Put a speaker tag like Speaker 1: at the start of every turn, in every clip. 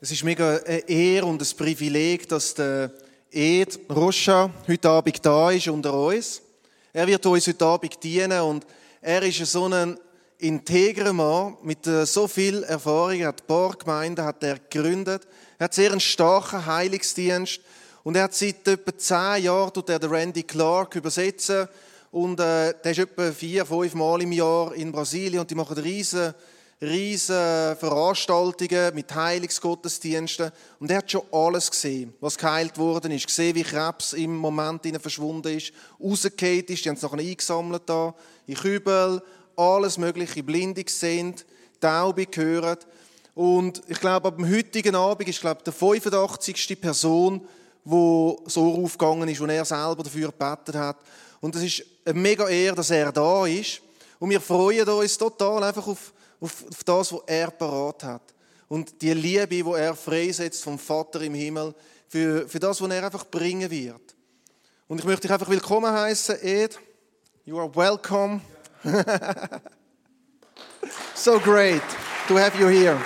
Speaker 1: Es ist mega eine Ehre und ein Privileg, dass der Ed Roscha heute Abend da ist unter uns. Er wird uns heute Abend dienen und er ist so ein integrer Mann mit äh, so viel Erfahrung. Er hat ein paar Gemeinden hat er gegründet. Er hat sehr einen starken Heilungsdienst und er hat seit etwa zehn Jahren tut er den Randy Clark übersetzen und äh, der ist etwa vier, fünf Mal im Jahr in Brasilien und die machen riesen riesige Veranstaltungen mit Heilungsgottesdiensten. Und er hat schon alles gesehen, was geheilt worden ist. Gesehen, wie Krebs im Moment innen verschwunden ist, rausgefallen ist, die haben es nachher eingesammelt da, in Kübel, alles Mögliche, Blinde gesehen, Taube gehört. Und ich glaube, ab dem heutigen Abend ist glaube ich, der 85. Person, wo so aufgegangen ist und er selber dafür gebetet hat. Und es ist eine mega Ehre, dass er da ist. Und wir freuen uns total einfach auf, auf, auf das, was er parat hat. Und die Liebe, die er freisetzt vom Vater im Himmel, für, für das, was er einfach bringen wird. Und ich möchte dich einfach willkommen heißen, Ed. You are welcome. so great to have you here.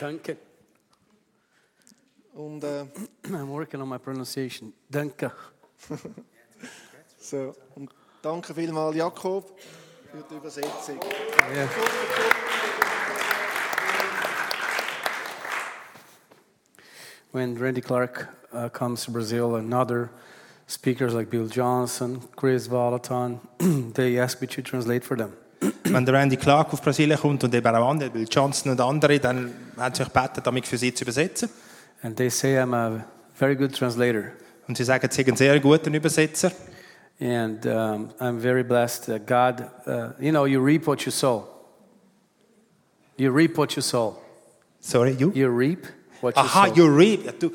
Speaker 2: Danke.
Speaker 1: Und äh,
Speaker 2: I'm working on my pronunciation. Danke.
Speaker 1: so, und danke vielmals, Jakob, für die Übersetzung.
Speaker 2: When Randy Clark uh, comes to Brazil and other speakers like Bill Johnson, Chris Volaton, they ask me to translate for them.
Speaker 3: Wenn der Randy Clark auf Brasilien kommt und eben auch andere, Bill Johnson und andere, dann haben sie mich gebeten, damit für sie zu übersetzen.
Speaker 2: And they say I'm a very good translator.
Speaker 3: Und sie sagen, sie sind ein sehr guter Übersetzer.
Speaker 2: And um, I'm very blessed that God, uh, you know, you reap what you sow. You reap what you sow.
Speaker 3: Sorry, you?
Speaker 2: You reap what you
Speaker 3: Aha,
Speaker 2: sow.
Speaker 3: you reap. Ja, Du,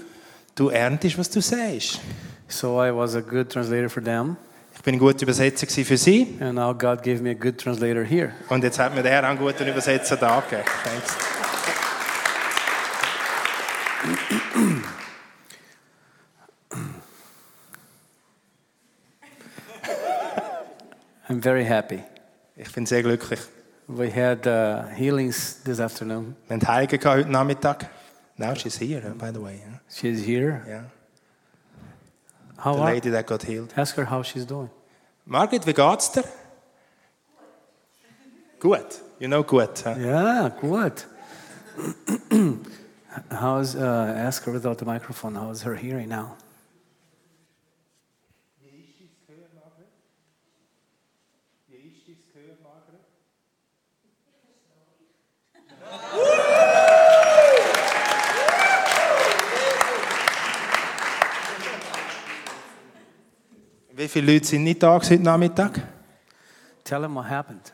Speaker 3: du erntest, was du sagst.
Speaker 2: So I was a good translator for them,
Speaker 3: Ich bin ein guter Übersetzer gewesen für sie.
Speaker 2: and now God gave me a good translator here.
Speaker 3: Und jetzt hat mir der Herr auch einen guten Übersetzer da gegeben. Thanks.
Speaker 2: I'm very happy.
Speaker 3: Ich bin sehr glücklich.
Speaker 2: We had uh, healings this afternoon.
Speaker 3: Wir haben die Heilige gehabt heute Nachmittag. Now she's here, by the way. yeah.
Speaker 2: She's here.
Speaker 3: Yeah.
Speaker 2: How
Speaker 3: The
Speaker 2: are
Speaker 3: lady that got healed.
Speaker 2: Ask her how she's doing.
Speaker 3: Margit, wie geht's dir? Gut. You know, gut. hä?
Speaker 2: Yeah, good. How's uh, ask her without the microphone? How's her hearing now?
Speaker 3: Wie viele Leute sind nicht da gewesen heute Nachmittag?
Speaker 2: Tell him what happened.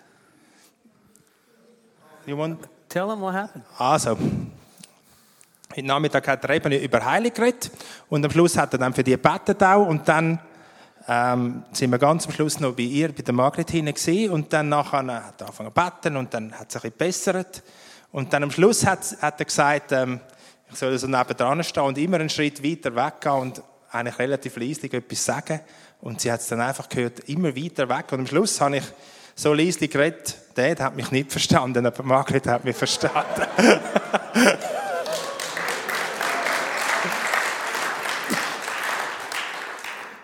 Speaker 3: You want?
Speaker 2: Tell him what happened.
Speaker 3: Also, heute Nachmittag hat er eben über Heilig geredet und am Schluss hat er dann für die gebetet auch und dann ähm, sind wir ganz am Schluss noch bei ihr, bei der Margret hinein gewesen. und dann nachher hat er angefangen zu beten und dann hat es ein bisschen gebessert und dann am Schluss hat, hat er gesagt, ähm, ich soll so nebendran stehen und immer einen Schritt weiter weggehen und eigentlich relativ leislich etwas sagen und sie hat es dann einfach gehört, immer weiter weg und am Schluss habe ich so leislich geredet, der hat mich nicht verstanden, aber Margret hat mich verstanden.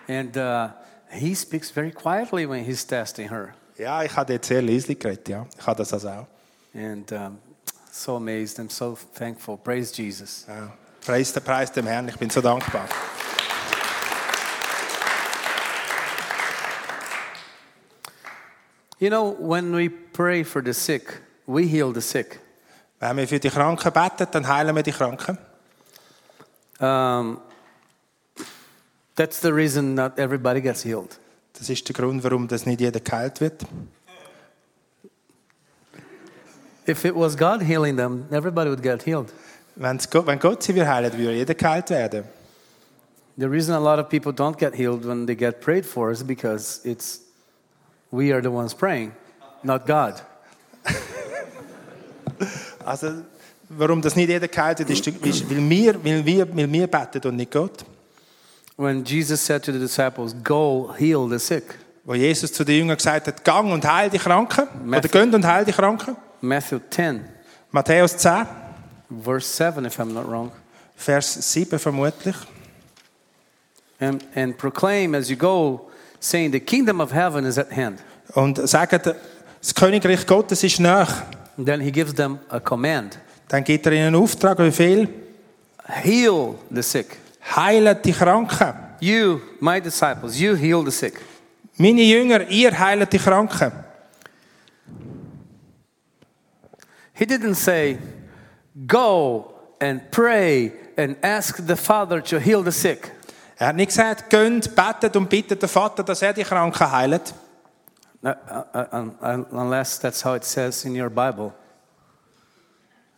Speaker 2: And uh, he speaks very quietly when he's testing her.
Speaker 3: Ja, ich habe jetzt sehr leise geredet, ja. Ich habe das also auch.
Speaker 2: And um, so amazed. I'm so thankful. Praise Jesus.
Speaker 3: Ja. Preis, der Preis dem Herrn, ich bin so dankbar.
Speaker 2: You know, when we pray for the sick, we heal the sick.
Speaker 3: Wenn wir für die Kranken beten, dann heilen wir die Kranken.
Speaker 2: Um, that's the reason not everybody gets healed.
Speaker 3: Das ist der Grund, warum das nicht jeder geheilt wird.
Speaker 2: If it was God healing them, everybody would get healed.
Speaker 3: Wenn's Gott, wenn Gott sie will heilen würde jeder geheilt werden.
Speaker 2: The reason a lot of people don't get healed when they get prayed for is because it's we are the ones praying, not God.
Speaker 3: Also, warum das nicht jeder geheilt wird, ist, ist weil, wir, weil, wir, weil wir beten und nicht Gott.
Speaker 2: When Jesus said to the disciples, "Go heal the sick,"
Speaker 3: Wo Jesus zu den Jüngern gesagt hat, gang und heil die Kranken.
Speaker 2: Matthew.
Speaker 3: Oder gönnt und heil die Kranken.
Speaker 2: Matthew 10,
Speaker 3: Matthäus 10,
Speaker 2: verse 7, if I'm not wrong.
Speaker 3: Vers 7 vermutlich.
Speaker 2: And, and proclaim as you go, saying, The kingdom of heaven is at hand.
Speaker 3: Und sagt, das Königreich Gottes ist nah.
Speaker 2: And then he gives them a command
Speaker 3: Dann gibt er ihnen einen Auftrag, wie viel?
Speaker 2: heal the sick.
Speaker 3: Heilet die Kranken.
Speaker 2: You, my disciples, you heal the sick.
Speaker 3: Meine Jünger, ihr heilet die Kranken.
Speaker 2: He didn't say, Go and pray and ask the Father to heal the sick.
Speaker 3: Er hat nicht gesagt, gönnt, betet und bittet den Vater, dass er die Kranken heilt.
Speaker 2: Uh, uh, un- un- Unless that's how it says in your Bible.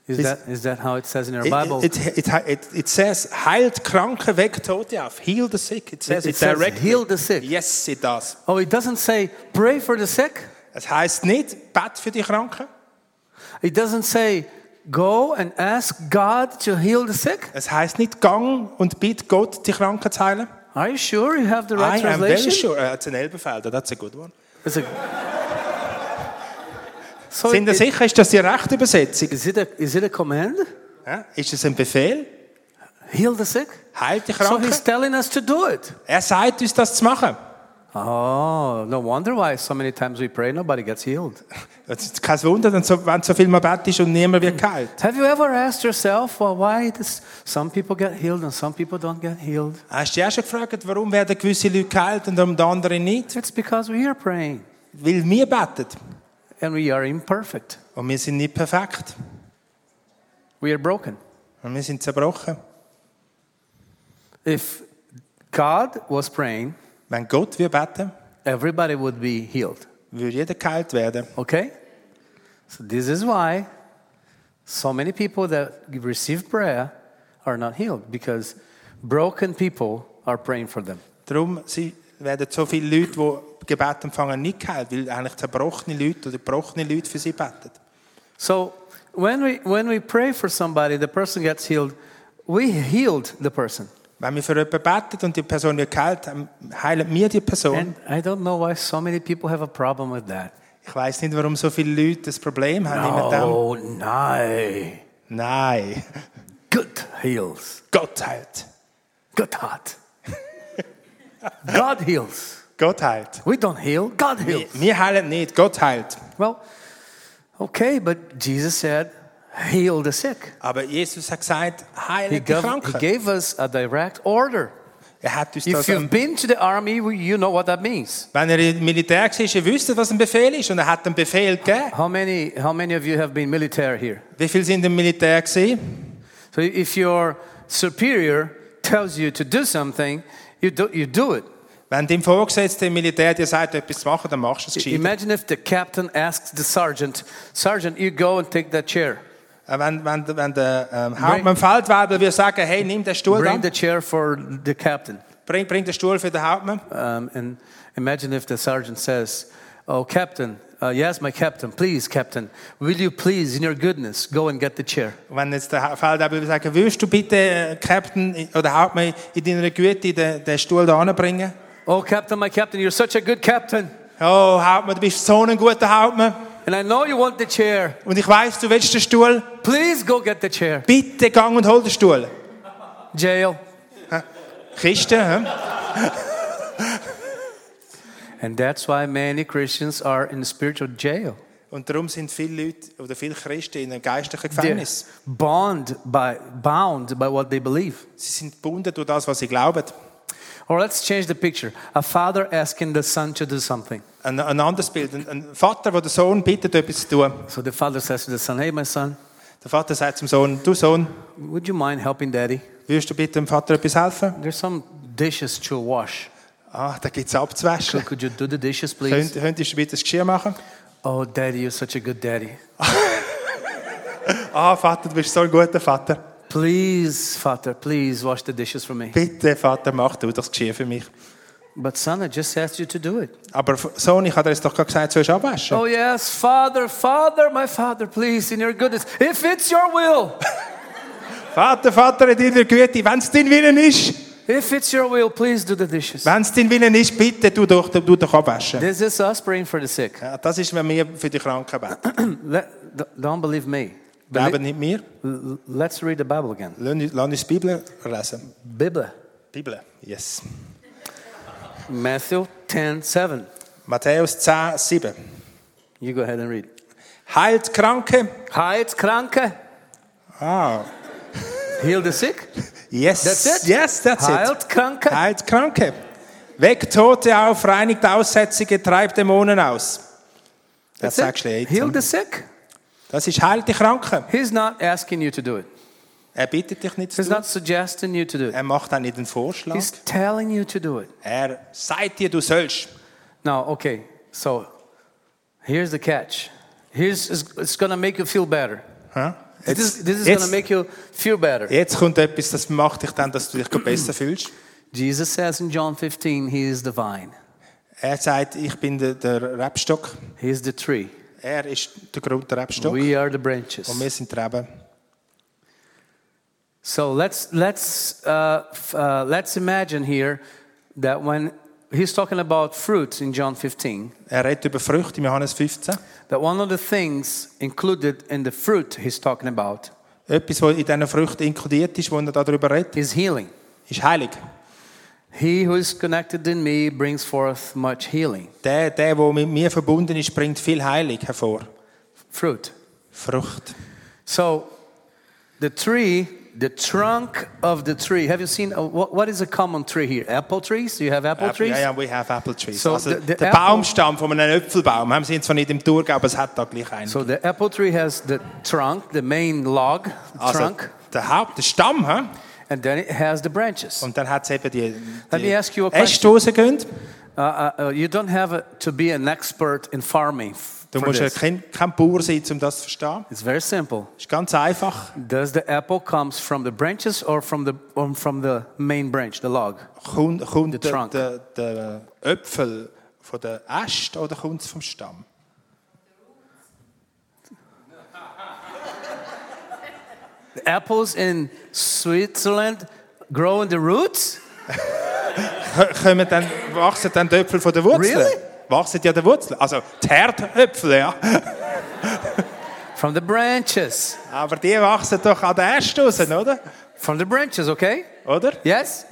Speaker 2: Is
Speaker 3: It's-
Speaker 2: that, is that how it says in your
Speaker 3: It,
Speaker 2: Bible?
Speaker 3: it, it, it, it says, heilt Kranke, weckt Tote auf. Heal the sick. It says
Speaker 2: It-
Speaker 3: it,
Speaker 2: it says,
Speaker 3: directly.
Speaker 2: heal the sick.
Speaker 3: Yes, it does.
Speaker 2: Oh, it doesn't say pray for the sick.
Speaker 3: Es heißt nicht, bet für die Kranken.
Speaker 2: It doesn't say go and ask God to heal the sick.
Speaker 3: Es heißt nicht, gang und bitt Gott, die Kranken zu heilen.
Speaker 2: Are you sure you have the right
Speaker 3: I am very
Speaker 2: translation?
Speaker 3: sure. Uh, it's an Elberfelder, that's a good one.
Speaker 2: It's a- so
Speaker 3: Sind ihr
Speaker 2: it-
Speaker 3: sicher, ist das die rechte Übersetzung?
Speaker 2: is it a is it a command?
Speaker 3: Ja? Ist es ein Befehl?
Speaker 2: Heal the sick.
Speaker 3: Heilt die
Speaker 2: So
Speaker 3: Kranken?
Speaker 2: he's telling us to do it.
Speaker 3: er sagt uns, das zu machen.
Speaker 2: Oh, no wonder why so many times we pray nobody gets healed.
Speaker 3: Es ist kein Wunder, denn so- wenn so viel mal Bett ist und niemand wird geheilt.
Speaker 2: Have you ever asked yourself, well, why this, some people get healed and some people don't get healed?
Speaker 3: Hast du dich auch schon gefragt, warum werden gewisse Leute geheilt und um die anderen nicht?
Speaker 2: It's because we are praying
Speaker 3: Weil wir beten
Speaker 2: and we are imperfect.
Speaker 3: und wir sind nicht perfekt
Speaker 2: We are broken.
Speaker 3: und wir sind zerbrochen.
Speaker 2: If God was praying,
Speaker 3: Wenn Gott wir beten,
Speaker 2: everybody would be healed.
Speaker 3: würde jeder geheilt werden.
Speaker 2: Okay? So this is why so many people that receive prayer are not healed because broken people are praying for them.
Speaker 3: Darum sie- werden so viele Leute, die Gebet empfangen, nicht geheilt, weil eigentlich zerbrochene Leute oder gebrochene Leute für sie beten.
Speaker 2: So when we when we pray for somebody, the person gets healed. We healed the person.
Speaker 3: Wenn wir für jemanden beten und die Person wird geheilt, dann heilen wir die Person.
Speaker 2: And I don't know why so many people have a problem with that.
Speaker 3: Ich weiß nicht, warum so viele Leute das Problem haben. mit dem.
Speaker 2: Oh, no.
Speaker 3: Nein,
Speaker 2: Good heals.
Speaker 3: Gott heilt.
Speaker 2: Good heart. God heals.
Speaker 3: Gott heilt.
Speaker 2: We don't heal, God heals.
Speaker 3: Wir heilen nicht, Gott heilt.
Speaker 2: Well, okay, but Jesus said, heal the sick.
Speaker 3: Aber Jesus hat gesagt, heile
Speaker 2: He
Speaker 3: die
Speaker 2: gave, he
Speaker 3: Kranken.
Speaker 2: gave us a direct order.
Speaker 3: er hat uns
Speaker 2: If
Speaker 3: das,
Speaker 2: you've
Speaker 3: wenn
Speaker 2: been to the army, we- you know what that means.
Speaker 3: er im Militär war, ihr wüsstet, was ein Befehl ist. Und er hat einen Befehl gegeben.
Speaker 2: How many, how many of you have been military here?
Speaker 3: Wie viele sind im Militär gewesen?
Speaker 2: So if your superior tells you to do something, you do, you do it.
Speaker 3: Wenn dein Vorgesetzter im Militär dir sagt, etwas zu machen, dann machst du es gescheit.
Speaker 2: Imagine if the captain asks the sergeant, Sergeant, you go and take that chair.
Speaker 3: Äh, Wenn, wenn, wenn der ähm, Hauptmann Feldwebel würde sagen, hey, nimm den Stuhl
Speaker 2: Bring
Speaker 3: an,
Speaker 2: the chair for the captain.
Speaker 3: bring, bring den Stuhl für den Hauptmann.
Speaker 2: Um, and imagine if the sergeant says, Oh, captain, uh, yes, my captain, please, captain, will you please, in your goodness, go and get the chair?
Speaker 3: Und Wenn jetzt der Ha- Feldwebel würde sagen, würdest du bitte, äh, Captain äh, oder Hauptmann, in deiner Güte den, den Stuhl da bringen?
Speaker 2: Oh, captain, my captain, you're such a good captain.
Speaker 3: Oh, Hauptmann, du bist so ein guter Hauptmann.
Speaker 2: And I know you want the chair.
Speaker 3: Und ich weiß, du willst den Stuhl.
Speaker 2: Please go get the chair.
Speaker 3: Bitte gang und hol den Stuhl.
Speaker 2: Jail.
Speaker 3: Kiste, hä?
Speaker 2: And that's why many Christians are in spiritual jail.
Speaker 3: Und darum sind viele Leute oder viele Christen in einem geistlichen
Speaker 2: They're
Speaker 3: Gefängnis.
Speaker 2: bound by, bound by what they believe.
Speaker 3: Sie sind gebunden durch das, was sie glauben.
Speaker 2: Or let's change the picture. A father asking the son to do something.
Speaker 3: Ein, ein anderes Bild. Ein, ein Vater, der den Sohn bittet, etwas zu tun.
Speaker 2: So the father says to the son, Hey, my son,
Speaker 3: Der Vater sagt zum Sohn, du Sohn,
Speaker 2: would you mind helping daddy?
Speaker 3: würdest du bitte dem Vater etwas helfen?
Speaker 2: There's some dishes to wash.
Speaker 3: Ah, da gibt es abzuwaschen.
Speaker 2: Could you do the dishes, please?
Speaker 3: Könnt, könntest du bitte das Geschirr machen?
Speaker 2: Oh, daddy, you're such a good daddy.
Speaker 3: Ah, Vater, du bist so ein guter Vater.
Speaker 2: Please, father, please wash the dishes for me.
Speaker 3: Bitte, Vater, mach du das Geschirr für mich.
Speaker 2: But son, I just asked you to do it.
Speaker 3: Aber F- Sohn, ich habe dir jetzt doch gerade gesagt, du sollst abwaschen.
Speaker 2: Oh, yes, father, father, my father, please, in your goodness, if it's your will.
Speaker 3: Vater, Vater, in deiner Güte, wenn es dein Willen ist.
Speaker 2: If it's your will, please do the dishes.
Speaker 3: Wenn es dein Willen ist, bitte du doch, du doch abwaschen.
Speaker 2: This is us praying for the sick.
Speaker 3: Ja, das ist, wenn wir für die Kranken beten.
Speaker 2: Let, d- don't believe me.
Speaker 3: Glauben nicht mir.
Speaker 2: L- Let's read the Bible again.
Speaker 3: Lass uns die Bibel lesen.
Speaker 2: Bible,
Speaker 3: Bibel, yes.
Speaker 2: Matthew 10 7.
Speaker 3: Matthäus 10, 7.
Speaker 2: You go ahead and read.
Speaker 3: Heilt Kranke.
Speaker 2: Heilt Kranke,
Speaker 3: Ah,
Speaker 2: heal the sick.
Speaker 3: yes.
Speaker 2: That's it?
Speaker 3: Yes, that's it.
Speaker 2: Heilt Kranke.
Speaker 3: Heilt Kranke. Weckt Tote auf, reinigt Aussätzige, treibt Dämonen aus.
Speaker 2: That's
Speaker 3: That's
Speaker 2: it.
Speaker 3: actually it.
Speaker 2: Heal the sick.
Speaker 3: Das ist heilt die Kranken.
Speaker 2: He's not asking you to do it.
Speaker 3: Er bittet dich nicht zu
Speaker 2: He's
Speaker 3: tun.
Speaker 2: not suggesting you to do it.
Speaker 3: Er macht auch nicht einen Vorschlag.
Speaker 2: He's telling you to do it.
Speaker 3: Er sagt dir, du sollst.
Speaker 2: Now, okay, so here's the catch. Here's it's, it's gonna make you feel better.
Speaker 3: Hä?
Speaker 2: This is, this is
Speaker 3: jetzt,
Speaker 2: gonna make you feel better.
Speaker 3: jetzt kommt etwas, das macht dich dann, dass du dich gerade besser fühlst.
Speaker 2: Jesus says in John 15, He is the vine,
Speaker 3: Er sagt, ich bin der, der Rebstock.
Speaker 2: He is the tree.
Speaker 3: Er ist der Grund der Rebstock.
Speaker 2: We are the
Speaker 3: Und wir
Speaker 2: branches.
Speaker 3: sind die Reben.
Speaker 2: So let's let's uh, f- uh, let's imagine here that when he's talking about fruits in John 15,
Speaker 3: Er redet über Früchte im Johannes 15.
Speaker 2: that one of the things included in the fruit he's talking about
Speaker 3: Etwas, was in diesen Früchten inkludiert ist, wo er darüber redet,
Speaker 2: is healing.
Speaker 3: ist heilig.
Speaker 2: He who is connected in me brings forth much healing.
Speaker 3: Der, der, der mit mir verbunden ist, bringt viel Heilig hervor.
Speaker 2: Fruit.
Speaker 3: Frucht.
Speaker 2: So the tree, the trunk of the tree. Have you seen uh, what, what is a common tree here? Apple trees? Do you have apple trees?
Speaker 3: Ja, ja, we have apple trees.
Speaker 2: So
Speaker 3: also,
Speaker 2: the- the
Speaker 3: der
Speaker 2: apple-
Speaker 3: Baumstamm von einem Äpfelbaum. Haben sie jetzt zwar nicht im Thurgau, aber es hat da gleich einen.
Speaker 2: So the apple tree has the trunk, the main log,
Speaker 3: also,
Speaker 2: trunk,
Speaker 3: der Haupt, der Stamm. He?
Speaker 2: and then it has the branches.
Speaker 3: Und dann hat es eben die,
Speaker 2: Let
Speaker 3: die
Speaker 2: me ask you a
Speaker 3: Äste rausgehen.
Speaker 2: Uh, uh, uh, you don't have a, to be an expert in farming. f-
Speaker 3: Du
Speaker 2: for
Speaker 3: musst ja
Speaker 2: this.
Speaker 3: kein, kein Bauer sein, um das zu verstehen.
Speaker 2: It's very simple.
Speaker 3: ist ganz einfach.
Speaker 2: Does the apple comes from the branches or from the um, from the main branch, the log?
Speaker 3: Kommt,
Speaker 2: The
Speaker 3: kommt der,
Speaker 2: trunk.
Speaker 3: der, der Äpfel von der Äste oder kommt es vom Stamm?
Speaker 2: The apples in Switzerland grow in the roots.
Speaker 3: K- Kommen dann, wachsen dann die Äpfel von der Wurzel?
Speaker 2: Really?
Speaker 3: Wachsen ja der Wurzel. Also die Herdäpfel, ja.
Speaker 2: From the branches.
Speaker 3: Aber die wachsen doch an der Äste raus, oder?
Speaker 2: From the branches, okay?
Speaker 3: Oder?
Speaker 2: Yes?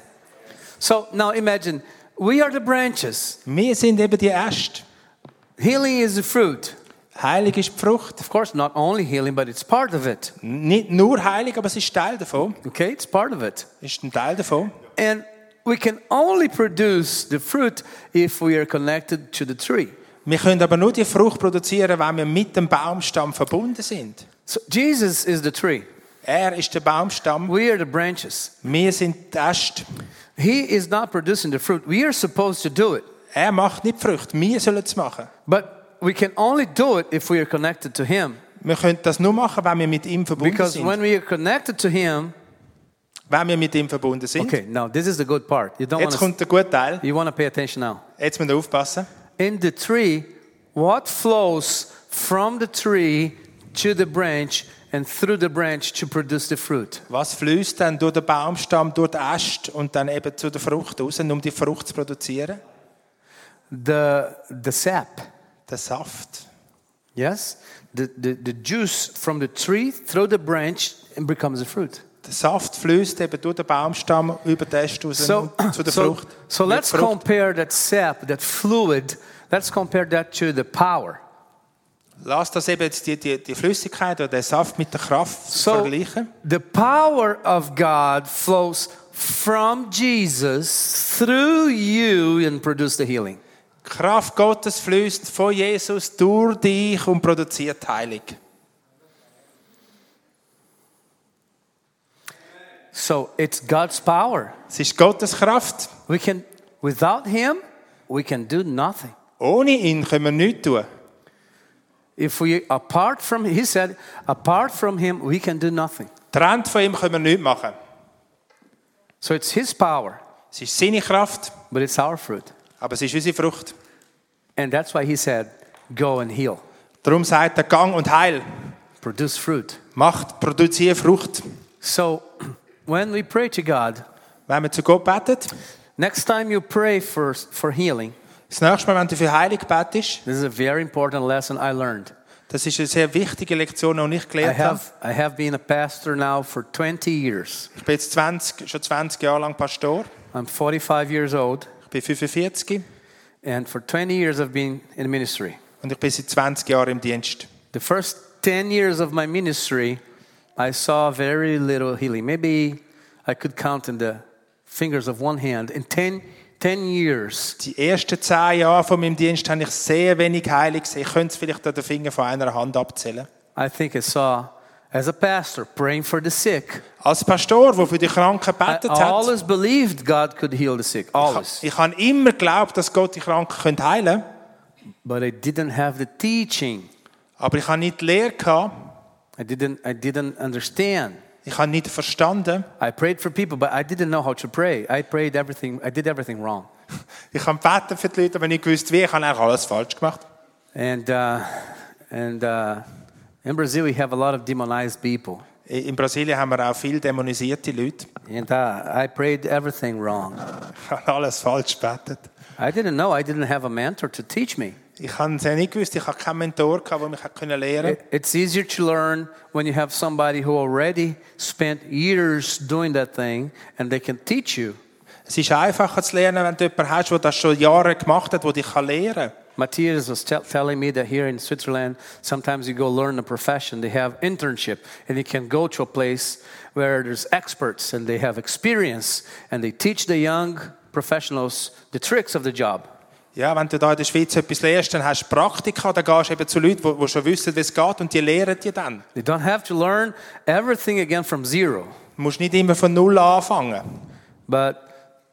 Speaker 2: So now imagine we are the branches.
Speaker 3: Wir sind eben die Äste.
Speaker 2: Healing is the fruit.
Speaker 3: Heilig ist die Frucht.
Speaker 2: Of course, not only healing, but it's part of it.
Speaker 3: Nicht nur heilig, aber es ist Teil davon.
Speaker 2: Okay? It's part of it.
Speaker 3: Ist ein Teil davon.
Speaker 2: And we can only produce the fruit if we are connected to the tree.
Speaker 3: Wir können aber nur die Frucht produzieren, wenn wir mit dem Baumstamm verbunden sind.
Speaker 2: So Jesus is the tree.
Speaker 3: Er ist der Baumstamm.
Speaker 2: We are the branches.
Speaker 3: Wir sind die Äste.
Speaker 2: He is not producing the fruit. We are supposed to do it.
Speaker 3: Er macht nicht die Frucht. Wir sollen es machen.
Speaker 2: But we can only do it if we are connected to Him.
Speaker 3: Wir können das nur machen, wenn wir mit ihm verbunden
Speaker 2: Because
Speaker 3: sind.
Speaker 2: when we are connected to Him,
Speaker 3: wenn wir mit ihm verbunden sind.
Speaker 2: okay, now this is the good part. You don't
Speaker 3: Jetzt
Speaker 2: want
Speaker 3: kommt der gute Teil.
Speaker 2: to, you want to pay attention now.
Speaker 3: Jetzt müssen wir aufpassen.
Speaker 2: In the tree, what flows from the tree to the branch and through the branch to produce the fruit?
Speaker 3: Was fließt dann durch den Baumstamm, durch die Äste und dann eben zu der Frucht raus, um die Frucht zu produzieren?
Speaker 2: The the sap.
Speaker 3: Der Saft.
Speaker 2: Yes? The, the, the juice from the tree through the branch and becomes a fruit.
Speaker 3: Der Saft fließt eben durch den Baumstamm über die Äste raus
Speaker 2: So,
Speaker 3: und zu der
Speaker 2: so,
Speaker 3: Frucht.
Speaker 2: so
Speaker 3: Wird
Speaker 2: let's
Speaker 3: Frucht.
Speaker 2: compare that sap, that fluid, let's compare that to the power.
Speaker 3: Lass das eben jetzt die, die, die Flüssigkeit oder den Saft mit der Kraft
Speaker 2: So
Speaker 3: vergleichen.
Speaker 2: the power of God flows from Jesus through you and produce the healing.
Speaker 3: Die Kraft Gottes fließt von Jesus durch dich und produziert Heilung.
Speaker 2: So it's God's power.
Speaker 3: Es ist Gottes Kraft.
Speaker 2: We can without him we can do nothing.
Speaker 3: Ohne ihn können wir nichts tun.
Speaker 2: If we apart from he said apart from him we can do nothing.
Speaker 3: Trennt von ihm können wir nichts machen.
Speaker 2: So it's his power,
Speaker 3: Es ist seine Kraft,
Speaker 2: but it's our fruit.
Speaker 3: aber es ist unsere Frucht.
Speaker 2: And that's why he said, go and heal,
Speaker 3: Darum sagt er Gang und Heil.
Speaker 2: produce fruit.
Speaker 3: Macht, produziere Frucht.
Speaker 2: So when we pray to God,
Speaker 3: Wenn wir zu Gott betet,
Speaker 2: Next time you pray for, for healing,
Speaker 3: das nächste Mal, wenn du für Heilung betest,
Speaker 2: this is a very important lesson I learned.
Speaker 3: das ist eine sehr wichtige Lektion, die ich
Speaker 2: I
Speaker 3: gelernt habe.
Speaker 2: have, I have been a pastor now for 20 years.
Speaker 3: Ich bin jetzt 20, schon 20 Jahre lang Pastor.
Speaker 2: I'm 45 years old,
Speaker 3: Ich bin 45
Speaker 2: and for 20 years I've been in ministry.
Speaker 3: und ich bin seit 20 Jahren im Dienst.
Speaker 2: The first 10 years of my ministry, I saw very little healing. Maybe I could count in the fingers of one hand. In 10, 10 years,
Speaker 3: Die ersten 10 Jahre von meinem Dienst habe ich sehr wenig Heilung gesehen. Ich könnte es vielleicht an den Finger von einer Hand abzählen.
Speaker 2: I think I saw, as a pastor, praying for the sick.
Speaker 3: Als Pastor, der für die Kranken
Speaker 2: I
Speaker 3: betet hat,
Speaker 2: always believed God could heal the sick, always.
Speaker 3: ich habe immer geglaubt, dass Gott die Kranken könnte heilen könnte.
Speaker 2: But I didn't have the teaching.
Speaker 3: Aber ich habe nicht die Lehre gehabt.
Speaker 2: I didn't, I didn't understand.
Speaker 3: Ich habe nicht verstanden.
Speaker 2: I prayed for people, but I didn't know how to pray. I prayed everything, I did everything wrong.
Speaker 3: Ich habe gebeten für die Leute, aber nicht gewusst, wie. Ich habe eigentlich alles falsch gemacht.
Speaker 2: And, uh, and uh, in Brazil, we have a lot of demonized people.
Speaker 3: In Brasilien haben wir auch viele dämonisierte Leute.
Speaker 2: And uh, I prayed everything wrong.
Speaker 3: Ich habe alles falsch gebetet.
Speaker 2: I didn't know, I didn't have a mentor to teach me.
Speaker 3: Ich habe es ja nicht gewusst. Ich habe keinen Mentor, gehabt, der mich hat können lehren konnte.
Speaker 2: It- It's easier to learn when you have somebody who already spent years doing that thing and they can teach you.
Speaker 3: Es ist einfacher zu lernen, wenn du jemanden hast, der das schon Jahre gemacht hat, der dich kann lehren kann.
Speaker 2: Matthias was tell telling me that here in Switzerland, sometimes you go learn a profession. They have internship, and you can go to a place where there's experts and they have experience, and they teach the young professionals the tricks of the job.
Speaker 3: Ja, wenn du da in der Schweiz etwas lehrst, dann hast du Praktika, dann gehst du eben zu Leuten, die- die schon wissen, wie es geht, und die lehren dir dann.
Speaker 2: They don't have to learn everything again from zero.
Speaker 3: Du musst nicht immer von Null anfangen.
Speaker 2: But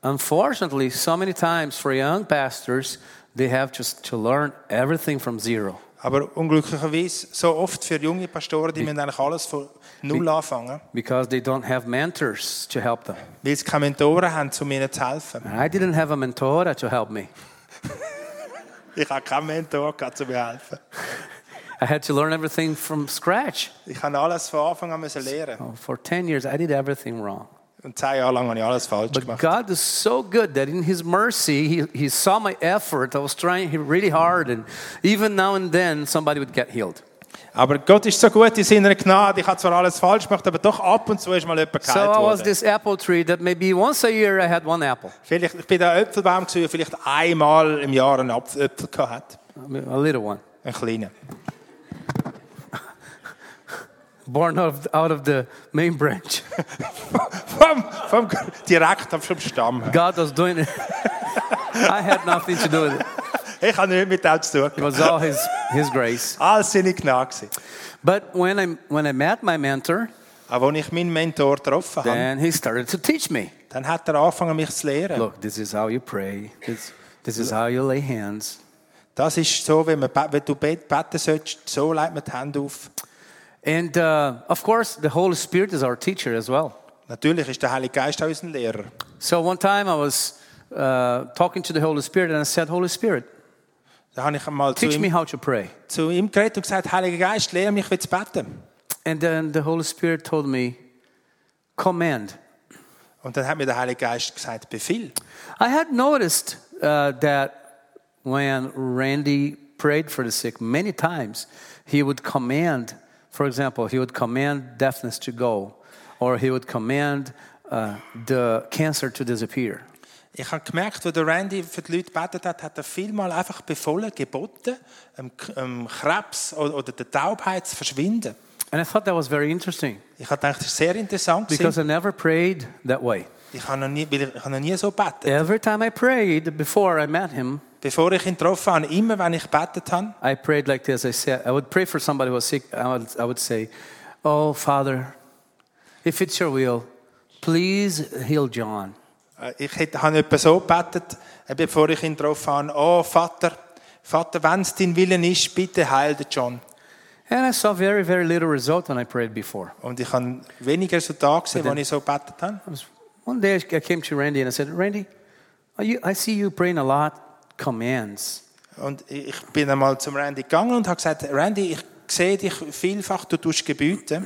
Speaker 2: unfortunately, so many times for young pastors, they have just to learn everything from zero.
Speaker 3: Aber unglücklicherweise, so oft für junge Pastoren, die müssen eigentlich alles von Null anfangen,
Speaker 2: Because they don't have mentors to help them.
Speaker 3: weil sie keine Mentoren haben, um ihnen zu helfen.
Speaker 2: And I didn't have a mentor to help me.
Speaker 3: Ich habe keinen Mentor, gehabt, um mir zu helfen.
Speaker 2: I had to learn everything from scratch.
Speaker 3: Ich habe alles von Anfang an müssen lernen.
Speaker 2: Oh, For 10 years, I did everything wrong.
Speaker 3: Und zehn Jahre lang habe ich alles falsch
Speaker 2: But
Speaker 3: gemacht.
Speaker 2: God is so good that in His mercy, he, he saw my effort. I was trying really hard, and even now and then, somebody would get healed.
Speaker 3: Aber Gott ist so gut in seiner Gnade. Ich habe zwar alles falsch gemacht, aber doch ab und zu ist mal jemand
Speaker 2: So I
Speaker 3: geheilt
Speaker 2: was
Speaker 3: worden.
Speaker 2: this apple tree that maybe once a year I had one apple,
Speaker 3: Vielleicht, ich bin der Äpfelbaum, gewesen, der vielleicht einmal im Jahr einen Apf- Äpfel gehabt hat.
Speaker 2: a little one,
Speaker 3: Einen kleinen.
Speaker 2: born out of, out of the main branch.
Speaker 3: Vom, vom, direkt auf dem Stamm.
Speaker 2: God was doing it. I had nothing to do with it.
Speaker 3: Ich habe nichts mit dem zu
Speaker 2: It
Speaker 3: tun.
Speaker 2: was all His, his grace.
Speaker 3: Alles seine Gnade. gewesen.
Speaker 2: But when I, when I met my mentor,
Speaker 3: Aber als ich meinen Mentor getroffen habe,
Speaker 2: then he started to teach me.
Speaker 3: dann hat er angefangen, mich zu lehren.
Speaker 2: Look, this is how you pray. This, this is how you lay hands.
Speaker 3: Das ist so, wenn, man, be- wenn du bet- beten sollst, so legt man die Hände auf.
Speaker 2: And uh, of course, the Holy Spirit is our teacher as well.
Speaker 3: Natürlich ist der Heilige Geist auch unser Lehrer.
Speaker 2: So one time I was uh, talking to the Holy Spirit and I said, Holy Spirit,
Speaker 3: Da habe ich einmal zu
Speaker 2: teach me
Speaker 3: ihm,
Speaker 2: how to pray.
Speaker 3: zu ihm geredet und gesagt, Heiliger Geist, lehre mich, wie zu beten.
Speaker 2: And then the Holy Spirit told me, command.
Speaker 3: Und dann hat mir der Heilige Geist gesagt, Befehl.
Speaker 2: I had noticed uh, that when Randy prayed for the sick many times, he would command, for example, he would command deafness to go, or he would command uh, the cancer to disappear.
Speaker 3: Ich habe gemerkt, als der Randy für die Leute gebetet hat, hat er vielmal einfach befohlen, geboten, ähm, K- ähm, Krebs oder, oder der Taubheit zu verschwinden.
Speaker 2: And I thought that was very interesting
Speaker 3: Ich habe gedacht, das ist sehr interessant. gewesen.
Speaker 2: because I never prayed that way.
Speaker 3: Ich habe noch nie, weil ich, ich habe noch nie so gebetet.
Speaker 2: Every time I prayed before I met him,
Speaker 3: Bevor ich ihn getroffen habe, immer wenn ich gebetet habe,
Speaker 2: I prayed like this. I said, I would pray for somebody who was sick. I would, I would say, Oh, Father, if it's your will, please heal John.
Speaker 3: äh, ich hätte, habe etwa so gebetet, äh, bevor ich ihn getroffen habe, oh Vater, Vater, wenn es dein Willen ist, bitte heil den John.
Speaker 2: And I saw very, very little result when I prayed before.
Speaker 3: Und ich habe weniger Resultate gesehen, als ich so gebetet habe.
Speaker 2: I was, one day I came to Randy and I said, Randy, are you, I see you praying a lot commands.
Speaker 3: Und ich bin einmal zum Randy gegangen und habe gesagt, Randy, ich sehe dich vielfach, du tust Gebete.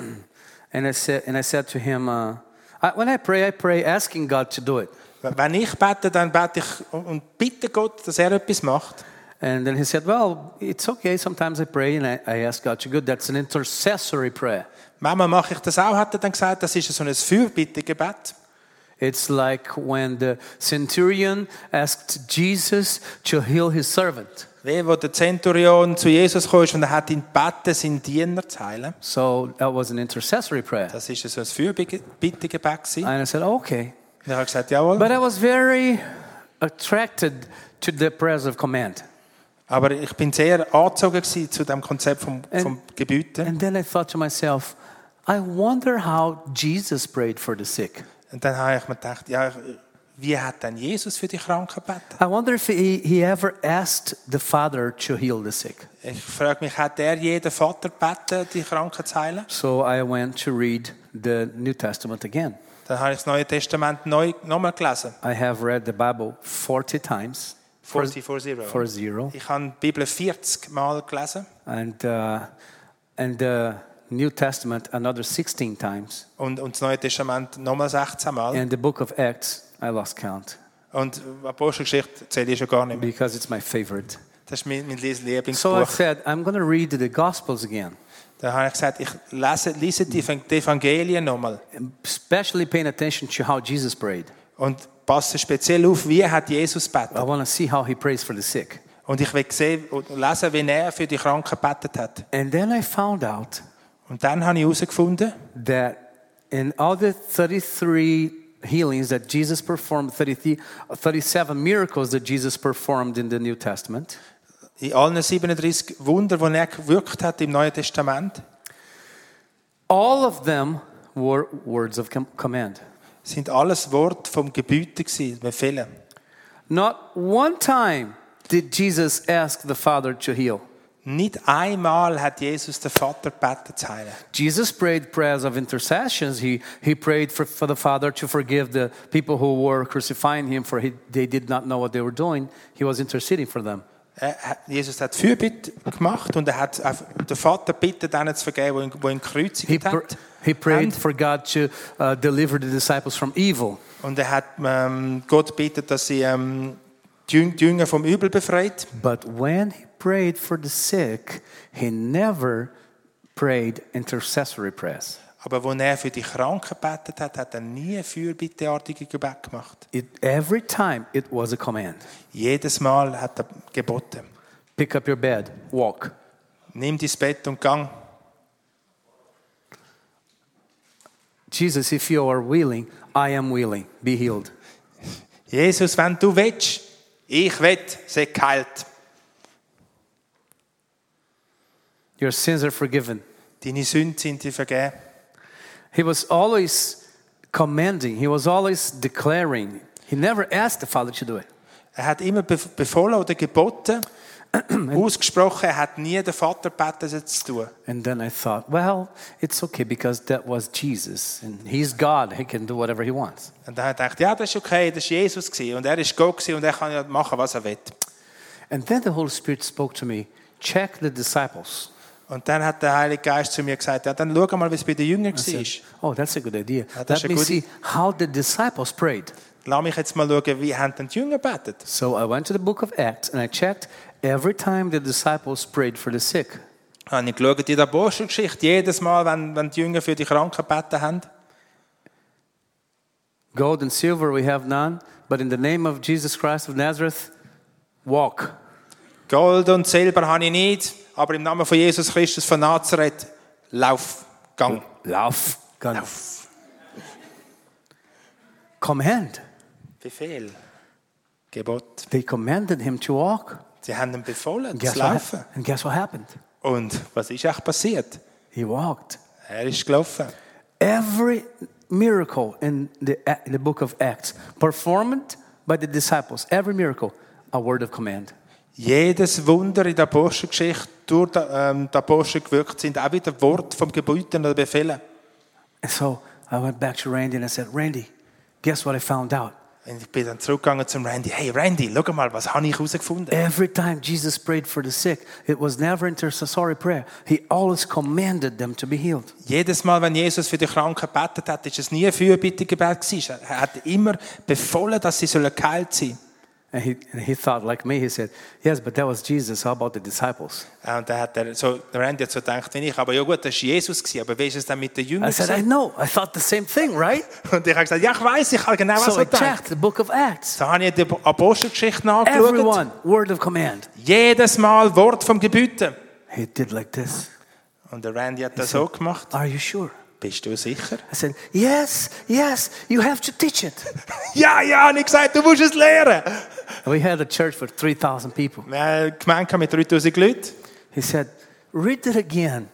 Speaker 2: And I said, and I said to him, uh, I, when I pray, I pray asking God to do it.
Speaker 3: Wenn ich bete, dann bete ich und bitte Gott, dass er etwas macht.
Speaker 2: And then he said, Well, it's okay. Sometimes I pray and I, I ask God to do it. That's an intercessory prayer.
Speaker 3: Manchmal mache ich das auch, hat er dann gesagt, das ist so ein Fürbittegebet.
Speaker 2: It's like when the centurion asked Jesus to heal his servant.
Speaker 3: Wie wo der Zenturion zu Jesus kam und er hat ihn gebeten, seinen Diener zu heilen.
Speaker 2: So that was an intercessory prayer.
Speaker 3: Das ist so ein Fürbittegebet. gewesen.
Speaker 2: And I said, Okay.
Speaker 3: Und er hat gesagt, jawohl.
Speaker 2: But I was very attracted to the prayers of command.
Speaker 3: Aber ich bin sehr angezogen gewesen zu dem Konzept vom,
Speaker 2: And-
Speaker 3: vom Gebüten.
Speaker 2: And then I thought to myself, I wonder how Jesus prayed for the sick.
Speaker 3: Und dann habe ich mir gedacht, ja, wie hat denn Jesus für die Kranken gebeten?
Speaker 2: I wonder if he, he ever asked the Father to heal the sick.
Speaker 3: Ich frage mich, hat er jeden Vater gebeten, die Kranken zu heilen?
Speaker 2: So I went to read the New Testament again.
Speaker 3: Dann habe ich das Neue Testament neu, nochmal gelesen.
Speaker 2: I have read the Bible 40 times.
Speaker 3: 40, 40.
Speaker 2: For zero.
Speaker 3: Ich habe die Bibel 40 Mal gelesen
Speaker 2: And, uh, and the New Testament another 16 times.
Speaker 3: und, und das Neue Testament nochmal 16 Mal.
Speaker 2: And the book of Acts, I lost count
Speaker 3: Und Apostelgeschichte zähle ich schon gar nicht mehr.
Speaker 2: because it's my favorite.
Speaker 3: Das ist mein, mein
Speaker 2: So I
Speaker 3: Lieblingsbuch.
Speaker 2: said, I'm going to read the Gospels again,
Speaker 3: Dann habe ich gesagt, ich lese, lese die Evang- die Evangelien nochmal.
Speaker 2: especially paying attention to how Jesus prayed.
Speaker 3: Und passe speziell auf, wie hat Jesus
Speaker 2: I
Speaker 3: betet.
Speaker 2: want to see how he prays for the sick.
Speaker 3: Und ich will sehen und lesen, wie er für die Kranken betet hat.
Speaker 2: And then I found out
Speaker 3: Und dann habe ich herausgefunden,
Speaker 2: that in all the 33 healings that Jesus performed, 33, 37 miracles that Jesus performed in the New Testament,
Speaker 3: in allen 37 Wunder, die er gewirkt hat im Neuen Testament,
Speaker 2: all of them were words of com- command.
Speaker 3: sind alles Worte vom Gebüte gewesen, Befehle.
Speaker 2: Not one time did Jesus ask the Father to heal.
Speaker 3: Nicht einmal hat Jesus den Vater gebeten zu heilen.
Speaker 2: Jesus prayed prayers of intercessions. He, he prayed for, for the Father to forgive the people who were crucifying him, for he, they did not know what they were doing. He was interceding for them.
Speaker 3: Er hat- Jesus hat Fürbitte gemacht und er hat auf- den Vater gebeten, denen zu vergeben, die ihn- die ihn
Speaker 2: He,
Speaker 3: gekreuzigt
Speaker 2: pr-
Speaker 3: hat.
Speaker 2: he prayed
Speaker 3: And-
Speaker 2: for God to uh, deliver the disciples from evil.
Speaker 3: Und er hat ähm, Gott gebeten, dass sie ähm, die Jüng- die Jünger vom Übel befreit.
Speaker 2: But when he prayed for the sick, he never prayed intercessory prayers.
Speaker 3: Aber als er für die Kranken gebetet hat, hat er nie fürbitteartige Gebet gemacht.
Speaker 2: It, every time it was a command
Speaker 3: Jedes Mal hat er geboten.
Speaker 2: pick up your bed, walk.
Speaker 3: Nimm dein Bett und gang.
Speaker 2: Jesus, if you are willing, I am willing, be healed.
Speaker 3: Jesus, wenn du willst, ich will, sei geheilt.
Speaker 2: Your sins are forgiven.
Speaker 3: Deine Sünden sind dir vergeben.
Speaker 2: He was always commanding, he was always declaring. He never asked the Father to do it.
Speaker 3: Er hat immer bef- befohlen oder geboten, ausgesprochen, er hat nie den Vater gebeten, es zu tun.
Speaker 2: And then I thought, well, it's okay because that was Jesus and he's God. He can do whatever he wants.
Speaker 3: Und dann hat er gedacht, ja, das ist okay, das war Jesus gewesen und er ist Gott gewesen und er kann ja machen, was er will.
Speaker 2: And then the Holy Spirit spoke to me, check the disciples.
Speaker 3: Und dann hat der Heilige Geist zu mir gesagt, ja, dann schau mal, wie es bei den Jüngern
Speaker 2: I said,
Speaker 3: war.
Speaker 2: oh, that's a good idea.
Speaker 3: Ah, that's
Speaker 2: Let
Speaker 3: a
Speaker 2: me
Speaker 3: good-
Speaker 2: see how the disciples prayed.
Speaker 3: Lass mich jetzt mal schauen, wie haben denn die Jünger gebetet?
Speaker 2: So I went to the book of Acts and I checked every time the disciples prayed for the sick.
Speaker 3: Dann habe ich geschaut in der Apostelgeschichte, jedes Mal, wenn, wenn die Jünger für die Kranken gebeten haben,
Speaker 2: Gold and silver we have none, but in the name of Jesus Christ of Nazareth, walk.
Speaker 3: Gold und Silber habe ich nicht, aber im Namen von Jesus Christus von Nazareth, lauf, gang.
Speaker 2: Lauf. Gun. Command.
Speaker 3: Befehl, Gebot.
Speaker 2: They commanded him to walk.
Speaker 3: Sie haben ihm befohlen,
Speaker 2: Guess
Speaker 3: zu
Speaker 2: what hap-
Speaker 3: laufen.
Speaker 2: and guess what happened?
Speaker 3: Und was ist echt passiert?
Speaker 2: He walked.
Speaker 3: Er ist gelaufen.
Speaker 2: Every miracle in the, uh, in the book of Acts performed by the disciples, every miracle, a word of command.
Speaker 3: Jedes Wunder in der Apostelgeschichte durch die, ähm, die Apostel gewirkt sind, auch wieder Wort vom Gebeten oder Befehlen.
Speaker 2: And so I went back to Randy and I said, Randy, guess what I found out?
Speaker 3: Und ich bin dann zurückgegangen zum Randy. Hey Randy, schau mal, was habe ich herausgefunden?
Speaker 2: Every time Jesus prayed for the sick, it was never intercessory prayer. He always commanded them to be healed.
Speaker 3: Jedes Mal, wenn Jesus für die Kranken gebetet hat, ist es nie ein Fürbittegebet gewesen. Er hat immer befohlen, dass sie sollen geheilt sein
Speaker 2: And he, and he thought, like me, he said, Yes, but that was Jesus. How about the disciples?
Speaker 3: sollen. Und dann hat er so, der Randy hat so gedacht, wie ich, aber ja gut, das war Jesus, gewesen, aber wie ist es denn mit den
Speaker 2: I
Speaker 3: Jüngern?
Speaker 2: said, I know. I thought the same thing, right?
Speaker 3: Und ich habe gesagt, ja, ich weiß, ich habe genau was
Speaker 2: So I
Speaker 3: so gedacht.
Speaker 2: checked the book of Acts.
Speaker 3: So habe ich die Apostelgeschichte nachgeschaut.
Speaker 2: Everyone, word of command.
Speaker 3: Jedes Mal Wort vom Gebüte.
Speaker 2: He did like this.
Speaker 3: Und der Randy hat das so gemacht.
Speaker 2: Are you sure?
Speaker 3: Bist du sicher?
Speaker 2: I said, Yes, yes, you have to teach it.
Speaker 3: Ja, ja, habe ich gesagt, du musst es lernen.
Speaker 2: we had a church for 3,000 people.
Speaker 3: Wir haben eine Gemeinde mit 3000 Leuten.
Speaker 2: He said, Read it again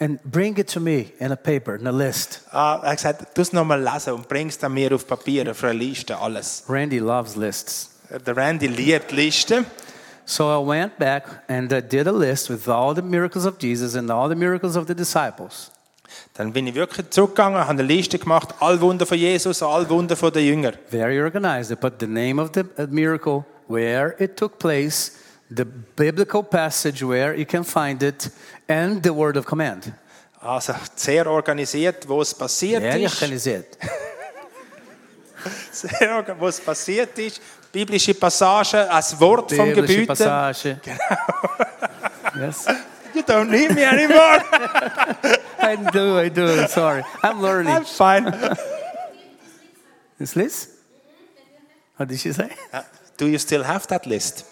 Speaker 2: and bring it to me in a paper, in a list.
Speaker 3: Ah, er hat gesagt, du es nochmal lesen und bring es dann mir auf Papier, auf eine Liste, alles.
Speaker 2: Randy loves lists.
Speaker 3: Der Randy liebt Listen.
Speaker 2: So I went back and I did a list with all the miracles of Jesus and all the miracles of the disciples.
Speaker 3: Dann bin ich wirklich zurückgegangen, habe eine Liste gemacht, all Wunder von Jesus, all Wunder von den Jüngern.
Speaker 2: Very organized. I put the name of the uh, miracle, where it took place, the biblical passage where you can find it, and the word of command.
Speaker 3: Also sehr organisiert, wo es passiert
Speaker 2: Very
Speaker 3: ist.
Speaker 2: organized.
Speaker 3: Sehr organ- wo es passiert ist. Biblische Passagen, als Wort vom
Speaker 2: Biblische
Speaker 3: Gebüten.
Speaker 2: Passage. yes.
Speaker 3: You don't need me anymore.
Speaker 2: I do, I do. I'm sorry. I'm learning.
Speaker 3: I'm fine.
Speaker 2: Is Liz? What did she say?
Speaker 3: Do you still have that list?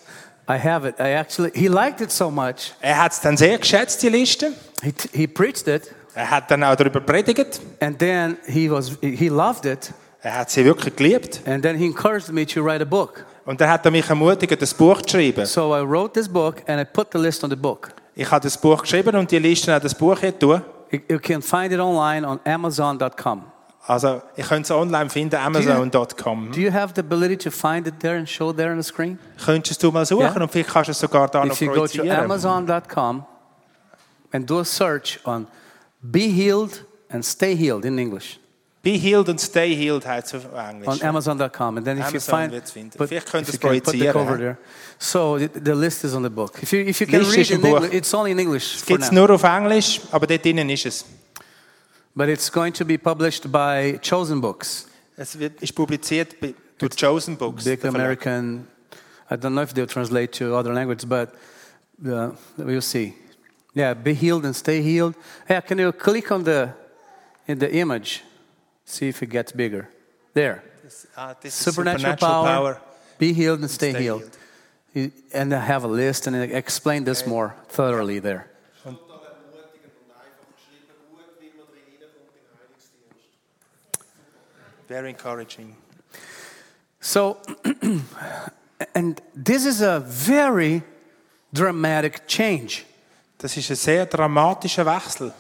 Speaker 2: I have it. I actually, he liked it so much.
Speaker 3: Er hat es dann sehr geschätzt, die Liste.
Speaker 2: He, t- he preached it,
Speaker 3: Er hat dann auch darüber predigt.
Speaker 2: and then he was, he loved it,
Speaker 3: Er hat sie wirklich geliebt.
Speaker 2: and then he encouraged me to write a book.
Speaker 3: Und dann hat er mich ermutigt, das Buch zu schreiben.
Speaker 2: So I wrote this book, and I put the list on the book.
Speaker 3: Ich habe das Buch geschrieben und die Liste an das Buch hier tun.
Speaker 2: You, you can find it online on Amazon.com.
Speaker 3: Also, ihr könnt es online finden, amazon.com.
Speaker 2: Do you have the ability to find it there and show there on the screen?
Speaker 3: Könntest du mal suchen
Speaker 2: Ja.
Speaker 3: und vielleicht kannst du es sogar da noch
Speaker 2: If you go to
Speaker 3: projizieren.
Speaker 2: Amazon.com and do a search on "Be Healed" and "Stay Healed" in English
Speaker 3: Be healed and stay healed heißt es auf Englisch.
Speaker 2: on Amazon.com, and then if you
Speaker 3: Amazon
Speaker 2: find,
Speaker 3: wird's finden.
Speaker 2: put,
Speaker 3: Vielleicht könnt
Speaker 2: if
Speaker 3: ihr's
Speaker 2: you can put the
Speaker 3: projizieren,
Speaker 2: cover
Speaker 3: ja.
Speaker 2: there. So the, the list is on the book. If you if you can
Speaker 3: Liste
Speaker 2: read
Speaker 3: ist im
Speaker 2: in
Speaker 3: Buch.
Speaker 2: English, it's only in English for
Speaker 3: Gibt es
Speaker 2: now,
Speaker 3: nur auf Englisch, aber dort drinnen ist es.
Speaker 2: but it's going to be published by Chosen Books,
Speaker 3: Es wird, ist publiziert bei- durch Chosen Books.
Speaker 2: big
Speaker 3: der Verlag.
Speaker 2: American. I don't know if they'll translate to other languages, but uh, we'll see. Yeah, be healed and stay healed. Yeah, can you click on the in the image, see if it gets bigger? There.
Speaker 3: Ah, das ist
Speaker 2: supernatural, power, be healed and stay, healed. You- And I have a list and I explain this more thoroughly there.
Speaker 3: Very encouraging.
Speaker 2: So, and this is a very dramatic change.
Speaker 3: Das ist ein sehr dramatischer Wechsel.